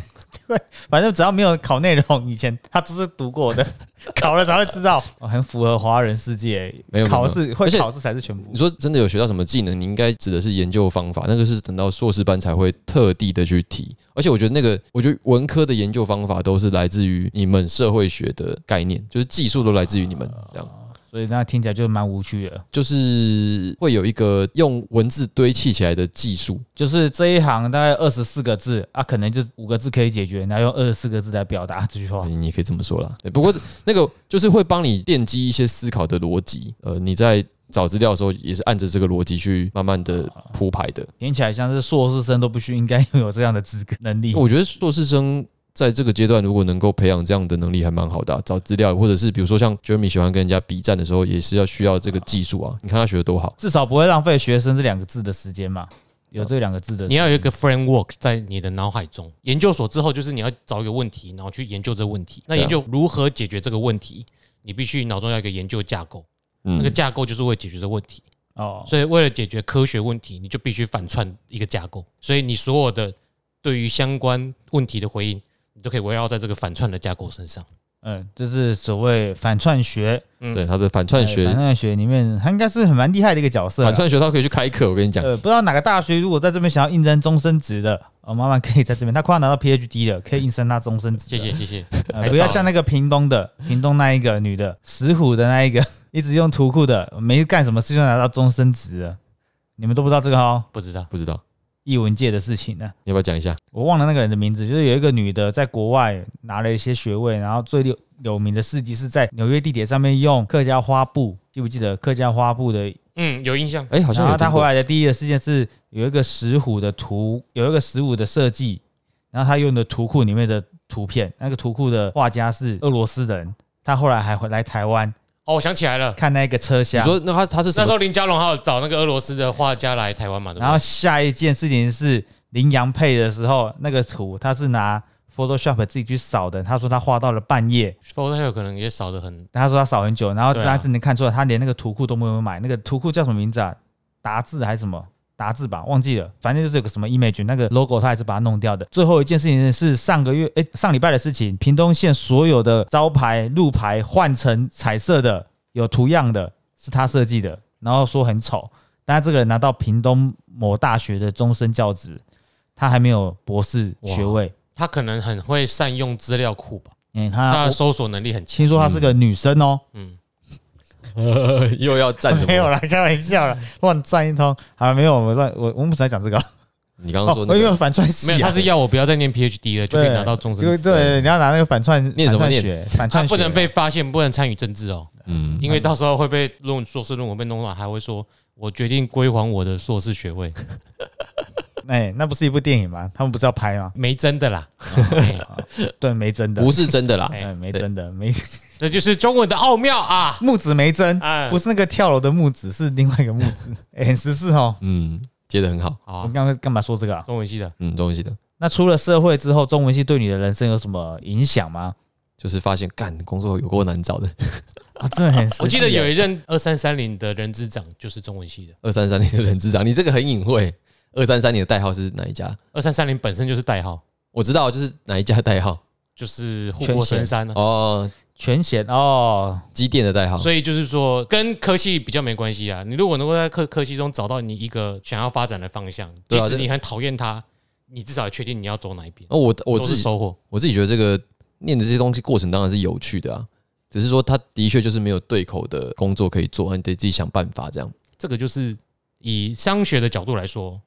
反正只要没有考内容，以前他都是读过的， 考了才会知道，哦、很符合华人世界。没有没有考试会而且考试才是全部你。说真的有学到什么技能？你应该指的是研究方法，那个是等到硕士班才会特地的去提。而且我觉得那个，我觉得文科的研究方法都是来自于你们社会学的概念，就是技术都来自于你们这样。所以那听起来就蛮无趣的，就是会有一个用文字堆砌起来的技术，就是这一行大概二十四个字啊，可能就五个字可以解决，然后用二十四个字来表达这句话。你也可以这么说啦。对不过那个就是会帮你奠基一些思考的逻辑，呃，你在找资料的时候也是按着这个逻辑去慢慢的铺排的。听起来像是硕士生都不需应该拥有这样的资格能力。我觉得硕士生在这个阶段如果能够培养这样的能力，还蛮好的啊、找资料，或者是比如说像 Jeremy 喜欢跟人家比战的时候，也是要需要这个技术啊。你看他学的多好，至少不会浪费“学生”这两个字的时间嘛。有这两个字的你，要有一个 framework 在你的脑海中。研究所之后，就是你要找一个问题，然后去研究这个问题。那对啊研究如何解决这个问题，你必须脑中要有一个研究架构，那个嗯，架构就是为了解决这个问题。哦，所以，为了解决科学问题，你就必须反串一个架构。所以，你所有的对于相关问题的回应，你都可以围绕在这个反串的架构身上。嗯，这是所谓反串学。嗯对，他的反串哎学反，串学里面，他应该是很蛮厉害的一个角色啊啦。反串学他可以去开课，我跟你讲，呃，不知道哪个大学如果在这边想要应征终身职的，呃，麻烦可以在这边，他快要拿到 PhD 了，可以应征他终身职。啊谢谢，谢谢。呃，还不要早像那个屏东的，屏东那一个女的，石虎的那一个， 一直用图库的，没干什么事就拿到终身职了。你们都不知道这个哦，不知道，不知道艺文界的事情呢、你要不要讲一下？我忘了那个人的名字，就是有一个女的在国外拿了一些学位，然后最有有名的事迹是在纽约地铁上面用客家花布，记不记得客家花布的嗯，有印象。哎，好像有然后他听回过，来的第一个事件是有一个石虎的图，有一个石虎的设计，然后他用的图库里面的图片，那个图库的画家是俄罗斯人，他后来还回来台湾哦，我想起来了，看那个车你厢。说那他他是什那时候么？林家龙还有找那个俄罗斯的画家来台湾嘛，对不然后下一件事情是羚羊配的时候，那个图他是拿 Photoshop 自己去扫的，他说他画到了半夜，对 Photoshop 可能也少得很。他说他扫很久，然后对啊他真的看出来，他连那个图库都没有买。那个图库叫什么名字啊？达字还是什么？达字吧，忘记了，反正就是有个什么 image 那个 logo，他还是把它弄掉的。最后一件事情是上个月，哎、上礼拜的事情，屏东县所有的招牌、路牌换成彩色的，有图样的，是他设计的，然后说很丑。但他这个人拿到屏东某大学的终身教职，他还没有博士学位。他可能很会善用资料库吧，嗯，他他的搜索能力很强。听说他是个女生哦、嗯，又要站什么？没有啦，开玩笑嗯啦，乱站一通。好了，没有，我乱我我们不是在讲这个，你刚刚哦说，那因个为反串系没啊，有，他是要我不要再念 PhD 了，就可以对拿到终身因为职。对，你要拿那个反串念什么反串念学反他串学不能被发现，不能参与政治哦，嗯，因为到时候会被论硕士论文被弄乱，还会说我决定归还我的硕士 学位，哎，那不是一部电影吗？他们不是要拍吗？没真 的啦。哎对，没真的不，是真 的啦，哎，没对真的，没这就是中文的奥妙啊！木子没真， 啊，不是，是那个跳楼的木子，是另外一个木子。 哎，很十四哦。嗯，接的很好，好我啊们，刚刚干嘛说这个啊？中文系的嗯，中文系的，那出了社会之后，中文系对你的人生有什么影响吗？就是发现干工作有够难找的，啊，真的很实际耶。我记得有一任二三三零的人资长就是中文系的，二三三年的人资长，你这个很隐晦，二三三年的代号是哪一家？二三三零本身就是代号，我知道，就是哪一家代号就是护国神山啊。哦，全险哦，机电的代号，所以就是说，跟科系比较没关系啊。你如果能够在科科系中找到你一个想要发展的方向，对即啊使这你很讨厌它，你至少也确定你要走哪一边，哦，我我都自是己收获。我自己觉得这个念的这些东西过程当然是有趣的啊，只是说他的确就是没有对口的工作可以做，你得自己想办法这样。这个就是以商学的角度来说，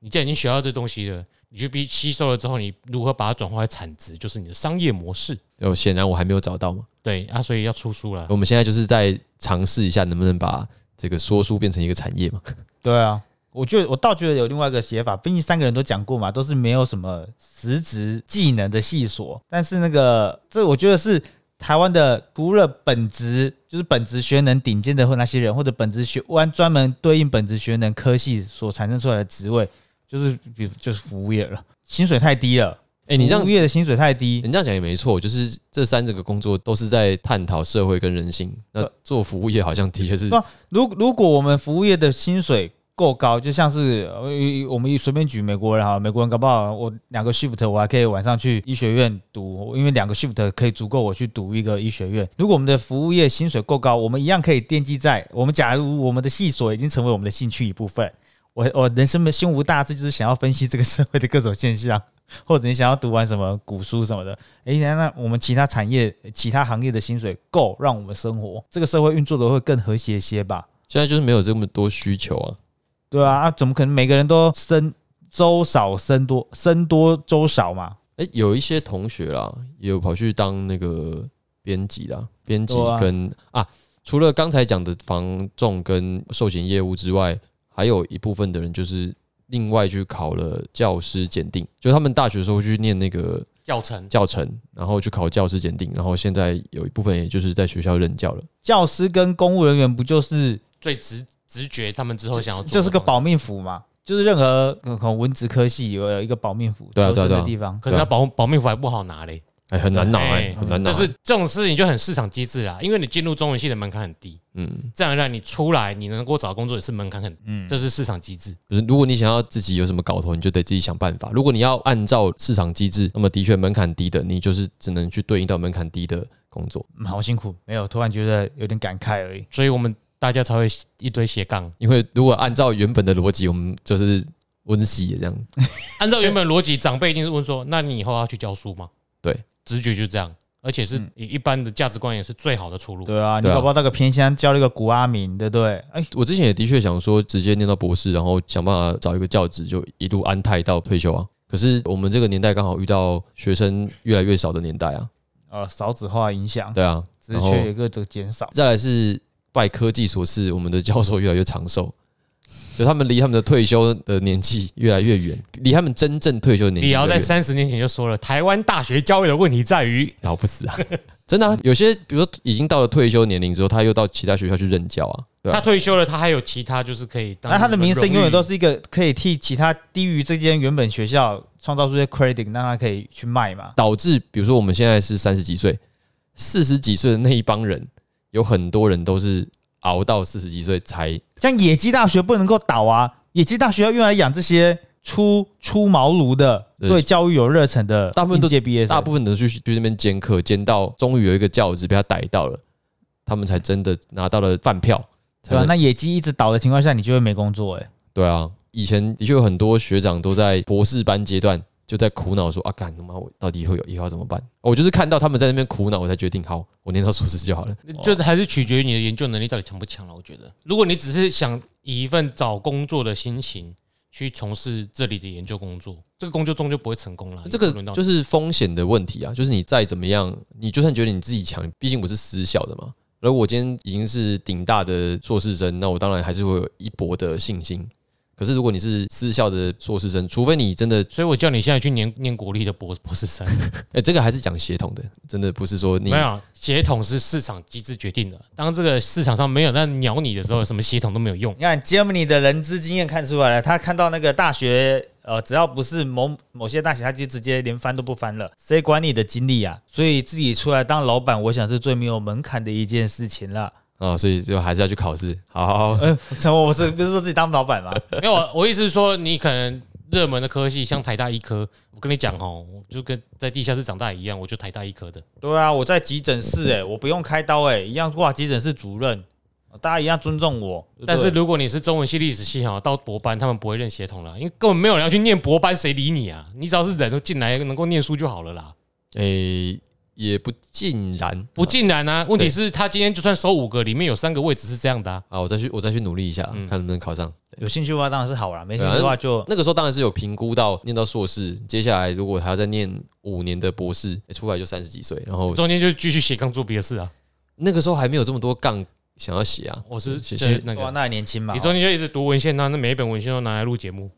你既然已经学到这东西了，你去必吸收了之后，你如何把它转化为产值，就是你的商业模式。就显然我还没有找到嘛，对啊，所以要出书了。我们现在就是在尝试一下能不能把这个说书变成一个产业嘛。对啊，我觉得我倒觉得有另外一个写法，毕竟三个人都讲过嘛，都是没有什么实质技能的细索。但是那个这我觉得是台湾的，除了本职就是本职学能顶尖的或那些人，或者本职学专专门对应本职学能科系所产生出来的职位，就是比如就是服务业了，薪水太低了。哎、你这样服务业的薪水太低你，这样讲也没错，就是这三这个工作都是在探讨社会跟人性。那做服务业好像的确是不如如果我们服务业的薪水够高，就像是呃我们随便举美国人哈，美国人搞不好我两个 shift 我还可以晚上去医学院读，因为两个 shift 可以足够我去读一个医学院。如果我们的服务业薪水够高，我们一样可以奠基在我们假如我们的细所已经成为我们的兴趣一部分。我我人生的胸无大志，就是想要分析这个社会的各种现象，或者你想要读完什么古书什么的，诶，那那我们其他产业、其他行业的薪水够让我们生活，这个社会运作的会更和谐一些吧？现在就是没有这么多需求啊。对啊，啊，怎么可能每个人都生粥少生多，生多粥少嘛？哎、有一些同学啦，也有跑去当那个编辑啦，编辑对啊跟啊除了刚才讲的房仲跟寿险业务之外，还有一部分的人就是另外去考了教师检定，就是他们大学的时候去念那个教程教程，然后去考教师检定，然后现在有一部分也就是在学校任教了。教师跟公务人员不就是最直直觉，他们之后想要做的就是个东保命符嘛？就是任何呃可能文职科系有有一个保命符对啊求生对啊对啊的地方西，，可是他保保命符还不好拿嘞，哎、很难拿哎哎、很难拿、就欸。是这种事情就很市场机制啦，因为你进入中文系的门槛很低，嗯，这样让你出来你能够找工作也是门槛很，嗯这是市场机制。就是如果你想要自己有什么搞头，你就得自己想办法。如果你要按照市场机制，那么的确门槛低的，你就是只能去对应到门槛低的工作，嗯好辛苦，没有，突然觉得有点感慨而已。所以我们大家才会一堆 斜杠。因为如果按照原本的逻辑，我们就是温习这样。按照原本逻辑，长辈一定是问说：“那你以后要去教书吗？”对，直觉就是这样，而且是以一般的价值观也是最好的出路。嗯对啊，你对啊搞不好那个偏乡教了一个古阿明，对不对？哎、我之前也的确想说，直接念到博士，然后想办法找一个教职，就一路安泰到退休啊。可是我们这个年代刚好遇到学生越来越少的年代啊，呃，少子化影响，对啊，职然后缺有一个的减少。再来是拜科技所赐，我们的教授越来越长寿， 就他们离他们的退休的年纪越来越远，离他们真正退休的年纪李越来敖越在远。三十年前就说了，台湾大学教育的问题在于老不死啊， 真的啊，有些比如说已经到了退休年龄之后，他又到其他学校去任教啊，对他啊，退休了，他还有其他就是可以当。那他的名声永远都是一个可以替其他低于这间原本学校创造出一些 credit，让他可以去卖嘛。导致比如说我们现在是三十几岁，四十几岁的那一帮人，有很多人都是熬到四十几岁才像野鸡大学不能够倒啊，野鸡大学要用来养这些初出茅庐的、对对教育有热忱的大部分都应届毕业生，大部分的人去去那边兼课，兼到终于有一个教职被他逮到了，他们才真的拿到了饭票，才对啊能，那野鸡一直倒的情况下，你就会没工作哎、对啊，以前的确有很多学长都在博士班阶段就在苦恼说啊，干他妈我到底以后有以后要怎么办？我就是看到他们在那边苦恼，我才决定好，我念到硕士就好了。就还是取决于你的研究能力到底强不强了。我觉得，如果你只是想以一份找工作的心情去从事这里的研究工作，这个工作终究不会成功了。这也不轮个到你就是风险的问题啊，就是你再怎么样，你就算觉得你自己强，毕竟我是私校的嘛。而我今天已经是顶大的硕士生，那我当然还是会有一搏的信心。可是如果你是私校的硕士生，除非你真的，所以我叫你现在去念念国立的博博士生，哎、这个还是讲协同的，真的不是说你没有协同是市场机制决定的。当这个市场上没有那鸟你的时候，什么协同都没有用。你看 Germany 的人资经验看出来了，他看到那个大学，呃，只要不是某某些大学，他就直接连翻都不翻了，谁管你的经历啊？所以自己出来当老板，我想是最没有门槛的一件事情了。啊，所以就还是要去考试。好好好，呃， 怎么我这不是说自己当老板吗？没有，啊我意思是说，你可能热门的科系，像台大医科，我跟你讲哦，我就跟在地下室长大一样，我就台大医科的。对啊，我在急诊室、欸，我不用开刀、欸，一样挂急诊室主任，大家一样尊重我。对不对但是如果你是中文系、历史系哈，到博班他们不会认协同啦，因为根本没有人要去念博班，谁理你啊？你只要是人都进来能够念书就好了啦。哎、也不尽然，不尽然啊，问题是他今天就算收五个，里面有三个位置是这样的啊。啊，我再去我再去努力一下，嗯看能不能考上。有兴趣的话当然是好啊啦，没兴趣的话就那个时候当然是有评估到念到硕士，接下来如果还要再念五年的博士，欸出来就三十几岁，然后中间就继续斜杠做别的事啊。那个时候还没有这么多杠想要写啊。我是写就写是，那哇，个，那还年轻嘛你，中间就一直读文献啊，那每一本文献都拿来录节目。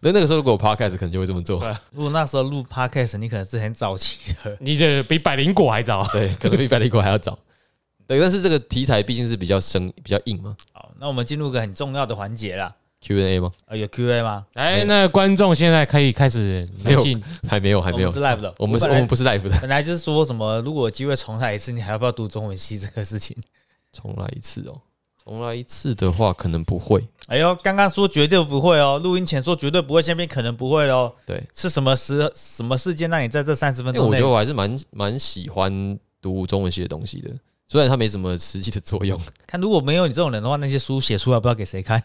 那那个时候如果有 podcast 可能就会这么做，啊如果那时候录 podcast，你可能是很早期的。 你这比百灵果还早。啊对，可能比百利果还要早。对，但是这个题材毕竟是比较生、比较硬嘛好，那我们进入一个很重要的环节啦。 ，Q&A 吗？ 呃，有 Q&A 吗？哎，那观众现在可以开始没有进还没有，还没哦我有们是，live 的。我们是，我本们来不是 live 的，本来就是说什么，如果有机会重来一次，你还要不要读中文系这个事情？重来一次哦，重来一次的话可能不会，哎呦，刚刚说绝对不会哦，录音前说绝对不会，现在变可能不会哦喽。对，是什么时什么事件让你在这三十分因为钟哎我觉内得？我还是蛮蛮喜欢读中文系的东西的，虽然它没什么实际的作用。看如果没有你这种人的话，那些书写出来不知道给谁看。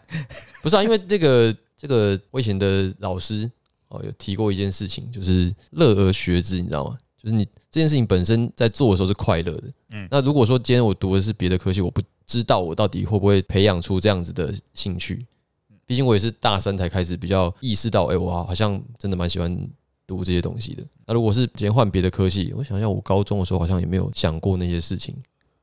不是啊，因为这个这个我以前的老师哦有提过一件事情，就是乐而学之，你知道吗？就是你这件事情本身在做的时候是快乐的，嗯，那如果说今天我读的是别的科系，我不知道我到底会不会培养出这样子的兴趣。毕竟我也是大三才开始比较意识到，哎、我好像真的蛮喜欢读这些东西的。那如果是今天换别的科系，我想想，我高中的时候好像也没有想过那些事情。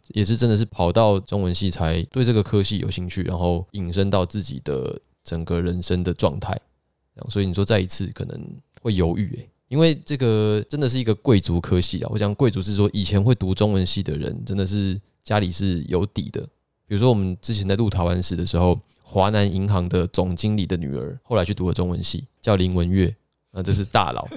也是真的是跑到中文系才对这个科系有兴趣，然后引申到自己的整个人生的状态。这样所以你说再一次可能会犹豫、欸，因为这个真的是一个贵族科系啊。我讲贵族是说以前会读中文系的人，真的是家里是有底的。比如说我们之前在录台湾史的时候，华南银行的总经理的女儿后来去读了中文系，叫林文月，啊，这是大佬。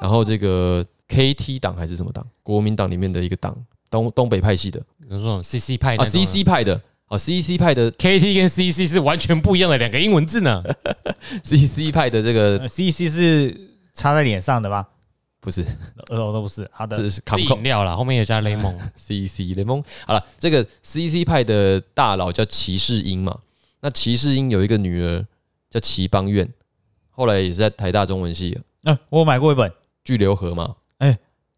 然后这个 KT 党还是什么党？国民党里面的一个党，东东北派系的。比如说 CC 派啊哎那种，CC 派的，啊，CC 派的 KT 跟 CC 是完全不一样的两个英文 字呢。 CC 派的这个呃 CC 是擦在脸上的吧？不是，呃，我都不是。好的，这是是 Capcom 饮料啦，后面也加雷 蒙。 CC 联盟。好了，这个 CC 派的大佬叫齐世英嘛，那齐世英有一个女儿叫齐邦媛，后来也是在台大中文系嗯，我有买过一本，巨流河嘛。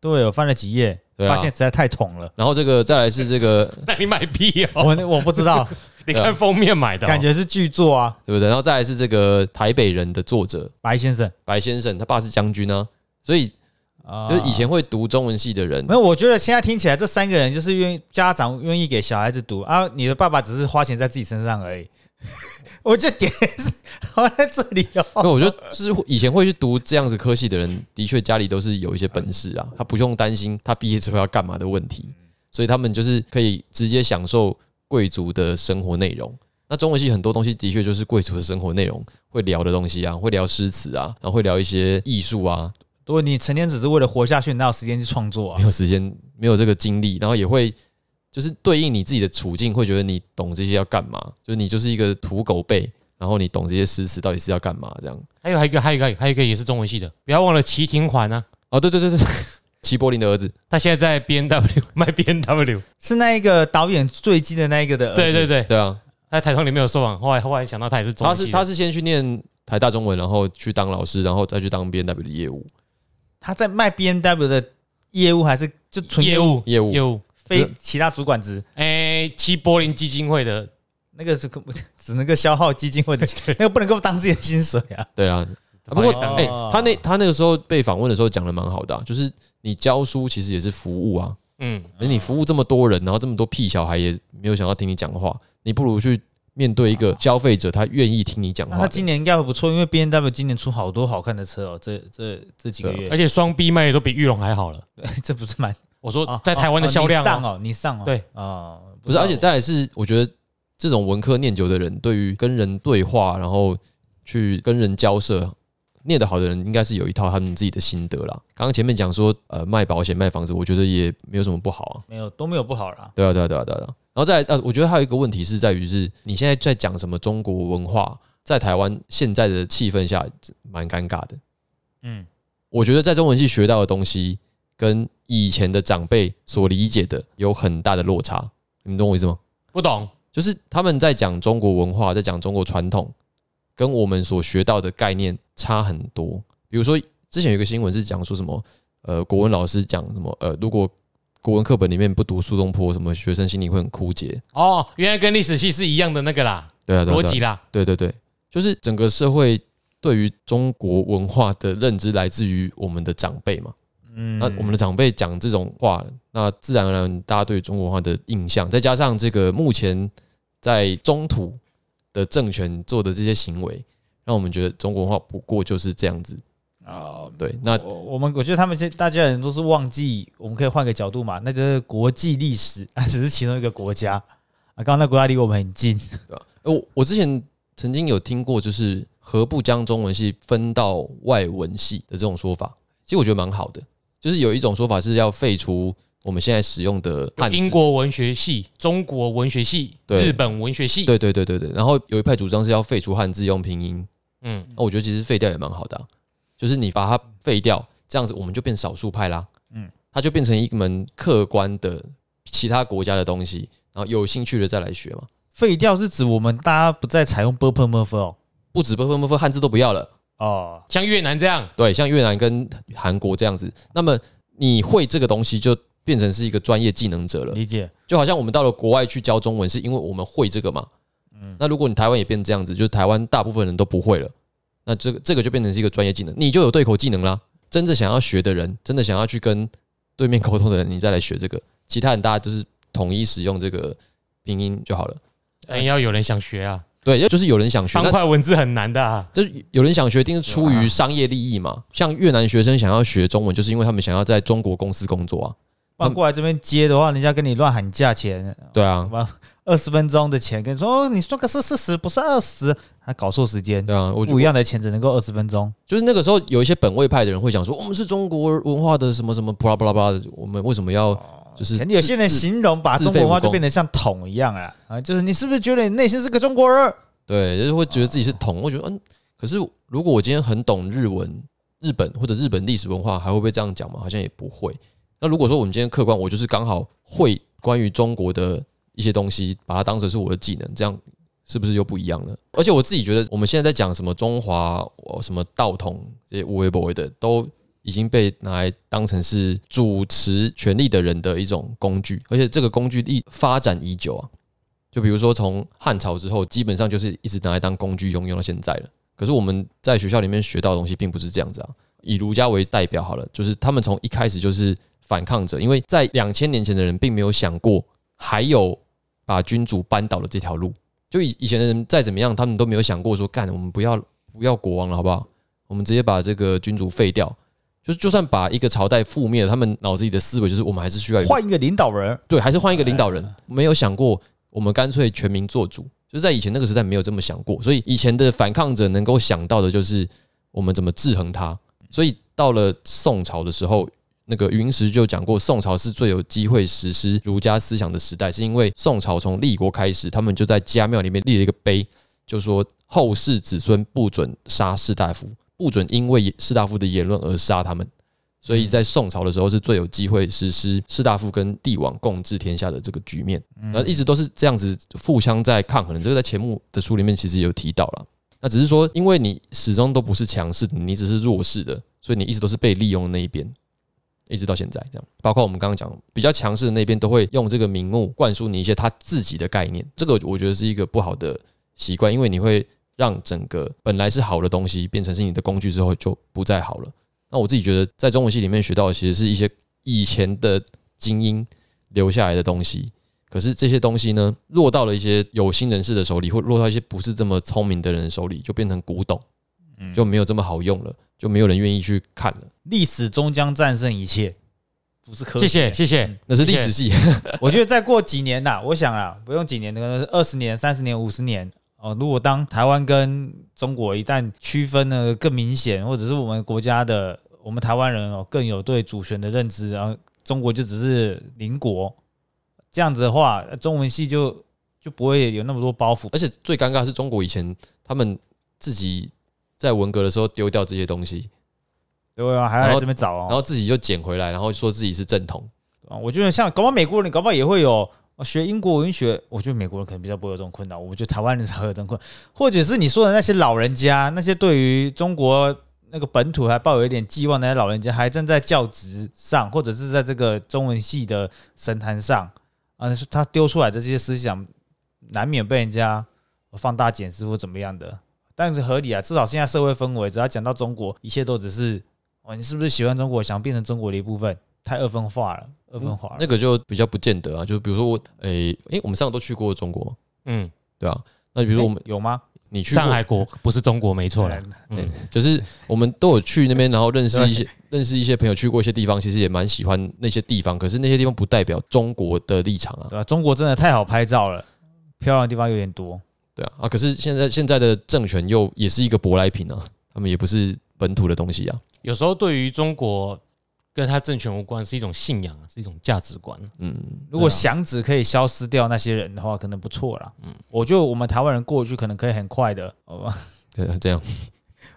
对我翻了几页，对啊发现实在太统了。然后这个再来是这个那你买屁哦、我我不 知道，你看封面买的哦、感觉是巨作啊，对不对？然后再来是这个台北人的作者白先生。白先生，他爸是将军啊，所以啊就是以前会读中文系的人没，有，我觉得现在听起来这三个人就是愿意家长愿意给小孩子读啊，你的爸爸只是花钱在自己身上而已。 我就点 是好在这里哦， 那我觉得就是以前会去读这样子科系的人，的确家里都是有一些本事啊，他不用担心他毕业之后要干嘛的问题，所以他们就是可以直接享受贵族的生活内容。那中文系很多东西的确就是贵族的生活内容会聊的东西啊，会聊诗词啊，然后会聊一些艺术啊，如果你成天只是为了活下去，哪有时间去创作没啊？有时间，没有这个精力，然后也会就是对应你自己的处境，会觉得你懂这些要干嘛，就是你就是一个土狗辈，然后你懂这些诗词到底是要干嘛这样。还有还有一个还有一个还有一个也是中文系的，不要忘了齐廷环啊，哦，对对对对对， 齐柏林的儿子。他现在在 B N W 卖 B N W。是那一个导演最近的那一个的，对对，对，对啊，他在台中里面有受访，后来后来想到他也是中他文系是的，他是先去念台大中文，然后去当老师，然后再去当 B N W 的业务他在卖 B N W 的业务还是就纯业务业务业务，非其他主管职，哎，齐柏林基金会的，那个是根本 只能够消耗基金会的 钱，那个不能够当自己的薪水啊。对啊，啊不过哦哎、他那他那个时候被访问的时候讲的蛮好的、啊，就是你教书其实也是服务啊，嗯，而你服务这么多人，然后这么多屁小孩也没有想要听你讲话，你不如去面对一个消费者，他愿意听你讲那话啊他的。今年应该会不错，因为 B N W 今年出好多好看的车哦，这这这几个对月嗯而，且双 B 卖的都比玉龙还好了。 这不是蛮我说在台湾的销量上哦，啊，啊你上哦，对哦，不是，知道而且再来是，我觉得这种文科念久的人，对于跟人对话，然后去跟人交涉，念得好的人，应该是有一套他们自己的心得啦。刚刚前面讲说，呃，卖保险、卖房子，我觉得也没有什么不好啊。没有都没有不好啦。对啊，对啊，对啊，对啊。对啊然后再来，呃，我觉得还有一个问题是在于是，你现在在讲什么中国文化，在台湾现在的气氛下，蛮尴尬的。嗯，我觉得在中文系学到的东西，跟以前的长辈所理解的有很大的落差。你们懂我意思吗？不懂，就是他们在讲中国文化，在讲中国传统，跟我们所学到的概念差很多。比如说，之前有一个新闻是讲说什么，呃，国文老师讲什么，呃，如果国文课本里面不读苏东坡，什么学生心里会很枯竭。哦，原来跟历史系是一样的那个啦，对啊，对啊逻对啊辑啦，对对对，就是整个社会对于中国文化的认知来自于我们的长辈嘛。嗯那我们的长辈讲这种话，那自然而然大家对中国文化的印象，再加上这个目前在中土的政权做的这些行为，让我们觉得中国文化不过就是这样子。哦，对，那我我们我觉得他们现大家人都是忘记，我们可以换个角度嘛，那就是国际历史， 啊，只是其中一个国家啊。刚刚那国家离我们很近，呃我我之前曾经有听过，就是何不将中文系分到外文系的这种说法，其实我觉得蛮好的。就是有一种说法是要废除我们现在使用的有汉字英国文学系、中国文学系、对日本文学系，对对对对对，然后有一派主张是要废除汉字用拼音，嗯，那我觉得其实废掉也蛮好的啊、就是你把它废掉，这样子我们就变少数派啦，嗯嗯，它就变成一门客观的其他国家的东西，然后有兴趣的再来学嘛，废掉是指我们大家不再采用 b u r p l e m u r f 哦。不止不不不汉字都不要了，哦，像越南这样，对，像越南跟韩国这样子，那么你会这个东西就变成是一个专业技能者了，理解。就好像我们到了国外去教中文，是因为我们会这个嘛。那如果你台湾也变这样子，就是台湾大部分人都不会了，那这个这个就变成是一个专业技能，你就有对口技能啦。真正想要学的人，真的想要去跟对面 沟通的人，你再来学这个。其他人大家都是统一使用这个拼音就好了。但也哎要有人想学啊，对，就是有人想学，方那块文字很难的啊，就是有人想学，一定是出啊于商业利益嘛。像越南学生想要学中文，就是因为他们想要在中国公司工作啊。搬过来这边接的话，人家跟你乱喊价钱，对啊，二十分钟的钱，跟你说、哦、你说个是四十，不是二十，还搞错时间。对啊，我不一样的钱只能够二十分钟。就是那个时候有一些本位派的人会想说，我们是中国文化的什么什么，巴拉巴拉巴拉，我们为什么要就是可能有些人哦自自形容把自中国文化废武就功变得像桶一样啊啊，就是你是不是觉得你内心是个中国人？对，就是会觉得自己是统。我觉得嗯，可是如果我今天很懂日文，日本或者日本历史文化还会不会这样讲吗？好像也不会。那如果说我们今天客观，我就是刚好会关于中国的一些东西，把它当成是我的技能，这样是不是又不一样呢？而且我自己觉得，我们现在在讲什么中华、哦什么道统这些无为不为的，都已经被拿来当成是主持权力的人的一种工具，而且这个工具一发展已久啊。就比如说从汉朝之后，基本上就是一直拿来当工具用，用到现在了。可是我们在学校里面学到的东西并不是这样子啊。以儒家为代表好了，就是他们从一开始就是反抗者，因为在两千年前的人并没有想过还有把君主扳倒的这条路。就以以前的人再怎么样，他们都没有想过说干，我们不要不要国王了，好不好？我们直接把这个君主废掉。就是就算把一个朝代覆灭了，他们脑子里的思维就是我们还是需要有一个换一个领导人，对，还是换一个领导人，没有想过我们干脆全民做主，就是在以前那个时代没有这么想过，所以以前的反抗者能够想到的就是我们怎么制衡它。所以到了宋朝的时候，那个云石就讲过，宋朝是最有机会实施儒家思想的时代，是因为宋朝从立国开始，他们就在家庙里面立了一个碑，就说后世子孙不准杀士大夫，不准因为士大夫的言论而杀他们。所以在宋朝的时候是最有机会实施士大夫跟帝王共治天下的这个局面，那一直都是这样子互相在抗衡的。这个在前目的书里面其实也有提到了。那只是说，因为你始终都不是强势的，你只是弱势的，所以你一直都是被利用的那一边，一直到现在这样。包括我们刚刚讲比较强势的那边，都会用这个名目灌输你一些他自己的概念，这个我觉得是一个不好的习惯，因为你会让整个本来是好的东西变成是你的工具之后就不再好了。那我自己觉得，在中文系里面学到的其实是一些以前的精英留下来的东西。可是这些东西呢，落到了一些有心人士的手里，或落到一些不是这么聪明的人手里，就变成古董，就没有这么好用了，就没有人愿意去看了。历史终将战胜一切，不是科学。谢谢谢谢，那是历史系，我觉得再过几年呐、我想啊，不用几年，可能是二十年、三十年、五十年哦、如果当台湾跟中国一旦区分呢更明显，或者是我们国家的我们台湾人哦更有对主权的认知，然后中国就只是邻国，这样子的话，呃中文系就就不会有那么多包袱。而且最尴尬的是中国以前他们自己在文革的时候丢掉这些东西，对啊，还要然来后这边找哦。然后自己就捡回来，然后说自己是正统。啊，我觉得像搞不好美国人，搞不好也会有呃学英国文学。我觉得美国人可能比较不会有这种困扰，我觉得台湾人才会有这种困扰，或者是你说的那些老人家，那些对于中国那个本土还抱有一点寄望的那些老人家，还站在教职上，或者是在这个中文系的神坛上啊，他丢出来的这些思想，难免被人家放大检视或怎么样的。但是合理啊，至少现在社会氛围，只要讲到中国，一切都只是哦，你是不是喜欢中国，想变成中国的一部分？太二分化了，二分化了。那个就比较不见得啊，就比如说我，诶、诶、我们三个都去过中国嘛，嗯，对啊。那比如说我们、诶哎有吗？哎你去过上海国不是中国，没错了。嗯，就是我们都有去那边，然后认识一些认识一些朋友，去过一些地方，其实也蛮喜欢那些地方。可是那些地方不代表中国的立场啊对，吧、中国真的太好拍照了，嗯漂亮的地方有点多。对啊啊！可是现在现在的政权又也是一个舶来品啊，他们也不是本土的东西啊。有时候对于中国跟他政权无关，是一种信仰，啊是一种价值观。嗯，如果对啊响指可以消失掉那些人的话，可能不错啦。嗯，我觉得我们台湾人过去可能可以很快的， 好吧？对啊，这样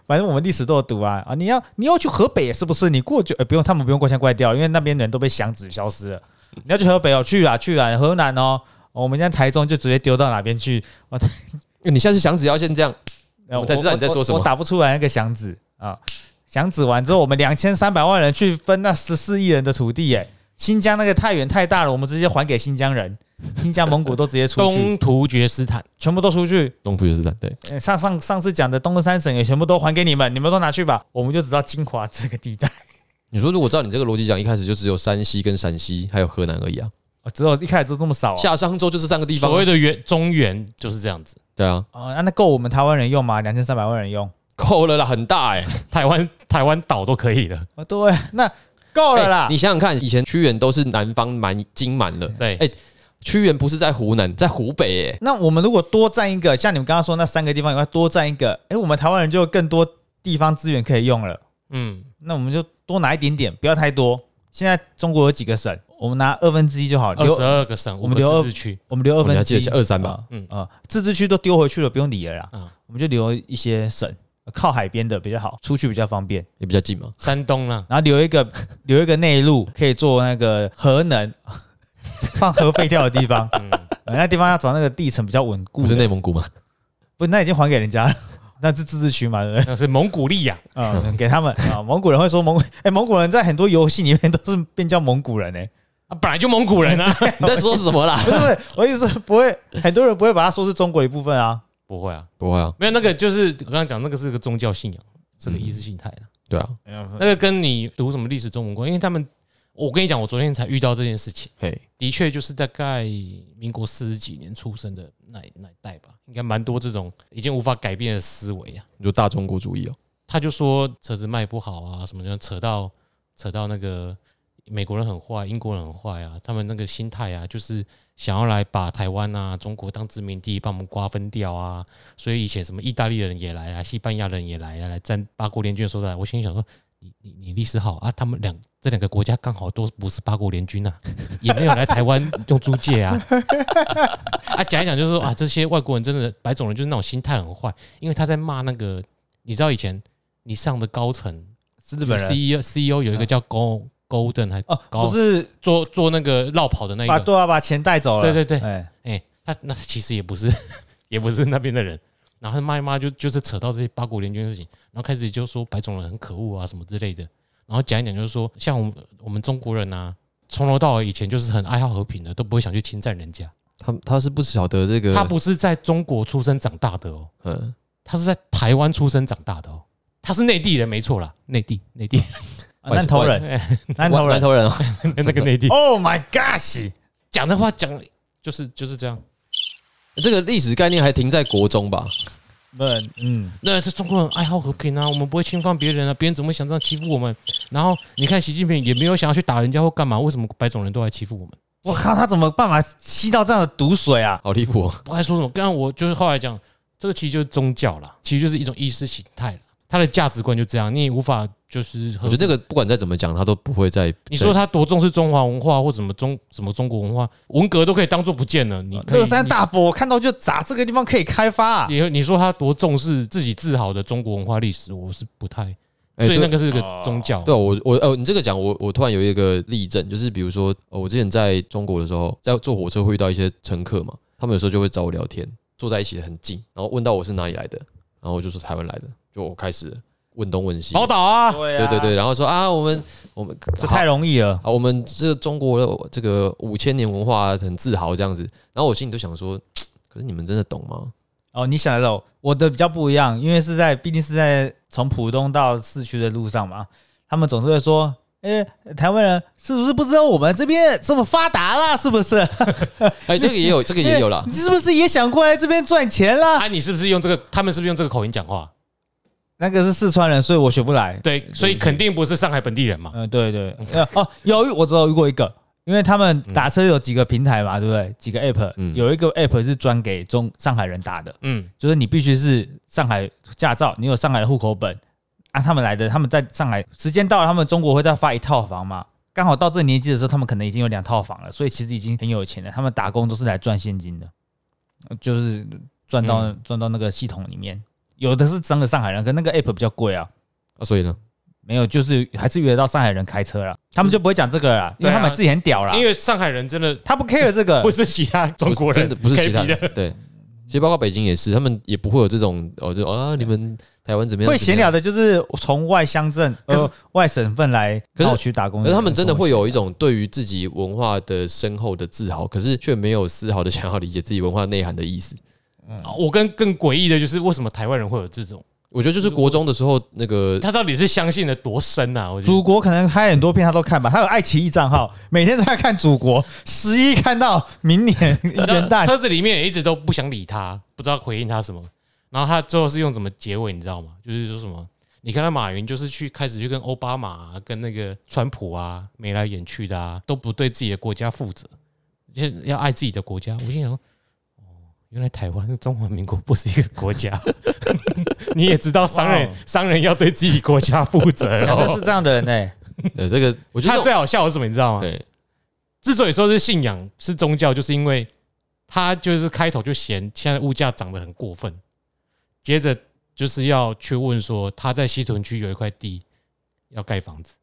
反正我们历史都有读啊啊！你要你要去河北是不是？你过去呃不用，他们不用过腔怪调，因为那边人都被响指消失了。你要去河北哦，去啦去啦，河南哦，哦我们现在台中就直接丢到哪边去？你下次想只要先这样，呃我才知道你在说什么我我打不出来那个响指啊！响指完之后，我们两千三百万人去分那十四亿人的土地、耶新疆那个太远太大了，我们直接还给新疆人，新疆蒙古都直接出去，东突厥斯坦，全部都出去。东突厥斯坦对，呃上上上次讲的东三省也全部都还给你们，你们都拿去吧，我们就只知道金华这个地带。你说如果照你这个逻辑讲，一开始就只有山西跟陕西还有河南而已啊，哦只有一开始都这么少、啊。夏商周就这三个地方所啊、谓的原中原就是这样子。对啊，哦，那那够我们台湾人用吗？两千三百万人用够了啦，很大 哎、欸，台湾台湾岛都可以了。啊？对，那够了啦。哎欸你想想看，以前屈原都是南方蛮金满了，对，哎屈原不是在湖南，在湖北哎、那我们如果多占一个，像你们刚刚说那三个地方以外多占一个，诶，我们台湾人就有更多地方资源可以用了。嗯，那我们就多拿一点点，不要太多。现在中国有几个省？我们拿二分之一就好，二十留二个省，我我们们留自治区，我们留二我们分要之记得一是二三吧嗯嗯啊，自治区都丢回去了，不用理了啦啊。我们就留一些省，靠海边的比较好，出去比较方便。也比较近嘛。山东啊啦，然后留一个 留一个内陆，可以做那个核能， 放核废料的地方。呃 那地方要找那个地层比较稳固不是的，内蒙古 吗？不是那已经还给人家了， 那是自治区嘛，对不对？那是蒙古利亚，嗯，给他们啊、蒙古人会说蒙， 哎、蒙古人在很多游戏里面都是变叫蒙古人呢、欸啊，本来就蒙古人 啊，你在说什么 啦？不是不是，我意思是不会，很多人不会把它说是中国一部分啊。不会啊，不会啊，没有那个就是我刚刚讲那个是个宗教信仰，是个意识形态啦。对啊，那个跟你读什么历史中文关，因为他们，我跟你讲，我昨天才遇到这件事情，嘿，的确就是大概民国四十几年出生的那那一代吧，应该蛮多这种已经无法改变的思维啊。你说大中国主义哦，他就说车子卖不好啊，什么就扯到扯到那个美国人很坏，英国人很坏啊，他们那个心态啊，就是想要来把台湾啊、中国当殖民地，把我们瓜分掉啊。所以以前什么意大利人也来啊，西班牙人也来啊，来占八国联军的时候来，我心里想说，你你你历史好啊，他们两这两个国家刚好都不是八国联军啊，也没有来台湾用租界啊。 啊，讲一讲就是说啊，这些外国人真的白种人就是那种心态很坏，因为他在骂那个，你知道以前你上的高层 E 是日本人嗯 CEO CEO 有一个叫 Go Golden 还哦，高不是做做那个绕跑的那一把个，对啊，把钱带走了。对对对，哎，哎、他那其实也不是， 也不是那边的人。然后他妈一骂就就是扯到这些八国联军的事情，然后开始就说白种人很可恶啊什么之类的，然后讲一讲就是说，像我们我们中国人啊，从头到尾以前就是很爱好和平的，都不会想去侵占人家。他他是不晓得这个，他不是在中国出生长大的哦，嗯，他是在台湾出生长大的哦，他是内地人没错啦，内地内地啊南投人，南投南人。头人哦， 那个内地 Oh my gosh！讲的话讲就是就是这样。这个历史概念还停在国中吧？不，嗯，那这中国人爱好和平啊，我们不会侵犯别人啊，别人怎么会想这样欺负我们？然后你看习近平也没有想要去打人家或干嘛，为什么白种人都来欺负我们？我靠，他怎么办法吸到这样的毒水啊？好离谱哦，我还说什么？刚刚我就是后来讲，这个其实就是宗教啦，其实就是一种意识形态啦，他的价值观就这样，你也无法就是和我觉得那个不管再怎么讲，他都不会再你说他多重视中华文化或什么中什么中国文化，文革都可以当做不见了。你可以乐山大佛，我看到就砸，这个地方可以开发啊。你你说他多重视自己自豪的中国文化历史，我是不太，哎所对以那个是个宗教。对啊，我我呃，你这个讲我我突然有一个例证，就是比如说，呃我之前在中国的时候，在坐火车会遇到一些乘客嘛，他们有时候就会找我聊天，坐在一起很近，然后问到我是哪里来的，然后我就说台湾来的，就我开始问东问西，宝岛啊，对对对对，，然后说啊，我们我们这太容易了。啊，我们这个中国的这个五千年文化很自豪这样子，然后我心里都想说，嘖可是你们真的懂吗？哦，你想得到我的比较不一样，因为是在毕竟是在从浦东到市区的路上嘛，他们总是会说。哎、台湾人是不是不知道我们这边这么发达啦？是不是？哎，这个也有，这个 也有 啦哎你，是不是也想过来这边赚钱啦？ 啊，你是不是用这个？他们是不是用这个口音讲话？那个是四川人，所以我学不来。对，所以肯定不是上海本地人嘛。嗯，对对，呃哦，有我只有遇过一个，因为他们嗯打车有几个平台嘛，对不对？几个 app，、嗯有一个 app 是专给中上海人打的，嗯，就是你必须是上海驾照，你有上海的户口本啊。他们来的，他们在上海时间到了，他们中国会再发一套房嘛。刚好到这年纪的时候，他们可能已经有两套房了，所以其实已经很有钱了。他们打工都是来赚现金的，呃就是赚到嗯赚、到那个系统里面。有的是真的上海人，可那个 app 比较贵啊。啊，所以呢，没有，就是还是约得到上海人开车啦，他们就不会讲这个了啦，因对啊为他们自己很屌啦，因为上海人真的他不 care 这个不。是其他中呃不国是人，真的不是其他可以比人的。，对，其实包括北京也是，他们也不会有这种哦，就啊，你们台湾怎么样？会闲聊的就是从外乡镇、可是呃外省份来可是闹区打怎工么样。可的人，是他们真的会有一种对于自己文化的深厚的自豪，可是却没有丝毫的想要理解自己文化内涵的意思。嗯啊我跟更诡异的就是，为什么台湾人会有这种？我觉得就是国中的时候，那个他到底是相信的多深啊？我觉得祖国可能拍很多片，他都看吧。他有爱奇艺账号，每天都在看祖国。十一看到明年元 那旦，车子里面也一直都不想理他，不知道回应他什么。然后他最后是用怎么结尾，你知道吗？就是说什么，你看到马云就是去开始就跟奥巴马、啊、跟那个川普啊眉来眼去的啊，都不对自己的国家负责，就是要爱自己的国家。我心想说，哦，原来台湾中华民国不是一个国家。 你也知道商人哇哦商人要对自己国家负责想的是哦。这样的人呢、欸呃，这个我觉得他这最种好笑的是什么，你知道吗？对之所以说是信仰是宗教，就是因为他就是开头就嫌现在物价涨得很过分，接着就是要去问说他在西屯区有一块地要盖房子。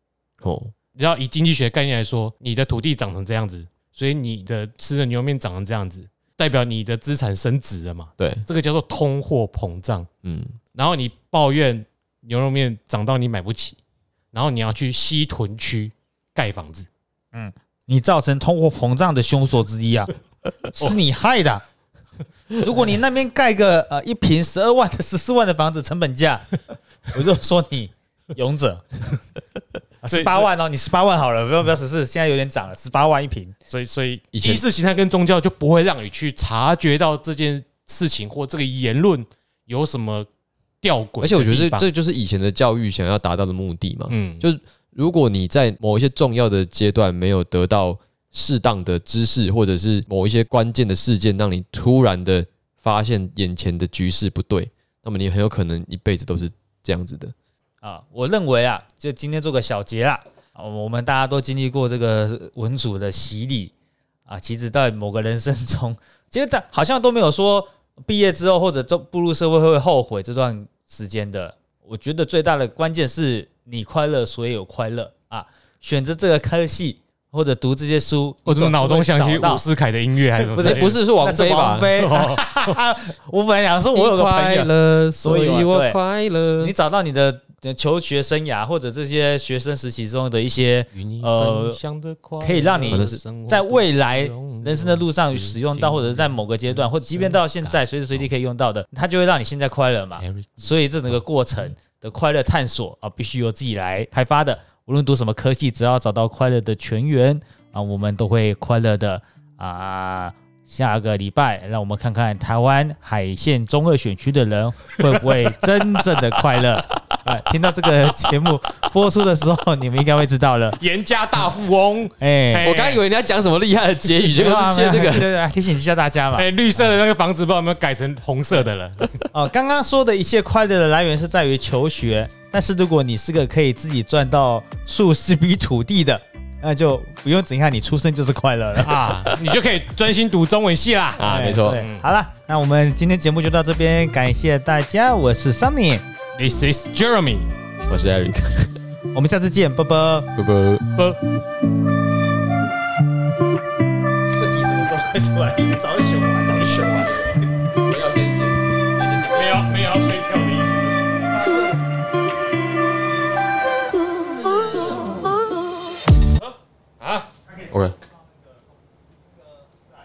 哦，然后以经济学概念来说，你的土地长成这样子，所以你的吃的牛肉面长成这样子，代表你的资产升值了嘛？对，这个叫做通货膨胀。嗯，然后你抱怨牛肉面涨到你买不起，然后你要去西屯区盖房子，你造成通货膨胀的凶手之一 啊，是你害的啊。如果你那边盖个呃一平十二万的十四万的房子成本 价，我就说你勇者，所十以八万哦，你十八万好了，不要不要十四，现在有点涨了，十八万一平。所以所以以意前识形态跟宗教就不会让你去察觉到这件事情或这个言论有什么吊诡的地方，而且我觉得这这就是以前的教育想要达到的目的嘛。嗯就如果你在某一些重要的阶段没有得到适当的知识，或者是某一些关键的事件，让你突然的发现眼前的局势不对，那么你很有可能一辈子都是这样子的。啊，我认为啊，就今天做个小结啦。啊我们大家都经历过这个文主的洗礼啊，其实在某个人生中，其实大好像都没有说毕业之后或者都步入社会会后悔这段时间的。我觉得最大的关键是你快乐，所以有快乐啊。选择这个科系或者读这些书，我怎怎么脑中想起伍思凯的音乐还是什么不之类是的？ 不是是王那是菲吧王？菲。 我本来想说，我有个朋友快，乐，所所以以我我快乐你。找到你的呃求学生涯或者这些学生时期中的一些与你呃分享的快乐可以让你可能在未来人生的路上嗯使用到，或者是在某个阶嗯段，或者即便到现在随时随地可以用到的，它就会让你现在快乐嗯嘛。 Eric 所以这整个过程的快乐探索啊，必须由自己来开发的。无论读什么科系，只要找到快乐的泉源啊，我们都会快乐的啊。下个礼拜，让我们看看台湾海线中二选区的人会不会真正的快乐。 啊，听到这个节目播出的时候，你们应该会知道了。严家大富 翁，哎、嘿我刚以为你要讲什么厉害的结 语，结果是接这对个。对，啊提醒一下大家嘛。哎，绿色的那个房子不知道有没有改成红色的 了？哦，刚刚说的一切快乐的来源是在于求学，但是如果你是个可以自己赚到数十笔土地的， 那就不用等下你出生就是快乐了。啊，你就可以专心读中文系啦。啊 哎没错对嗯好了，那我们今天节目就到这边，感谢大家，我是 Sunny， This is Jeremy。我是 Eric，我们下次见，拜拜。拜拜。不这集什么时候会出来？一定早就选完。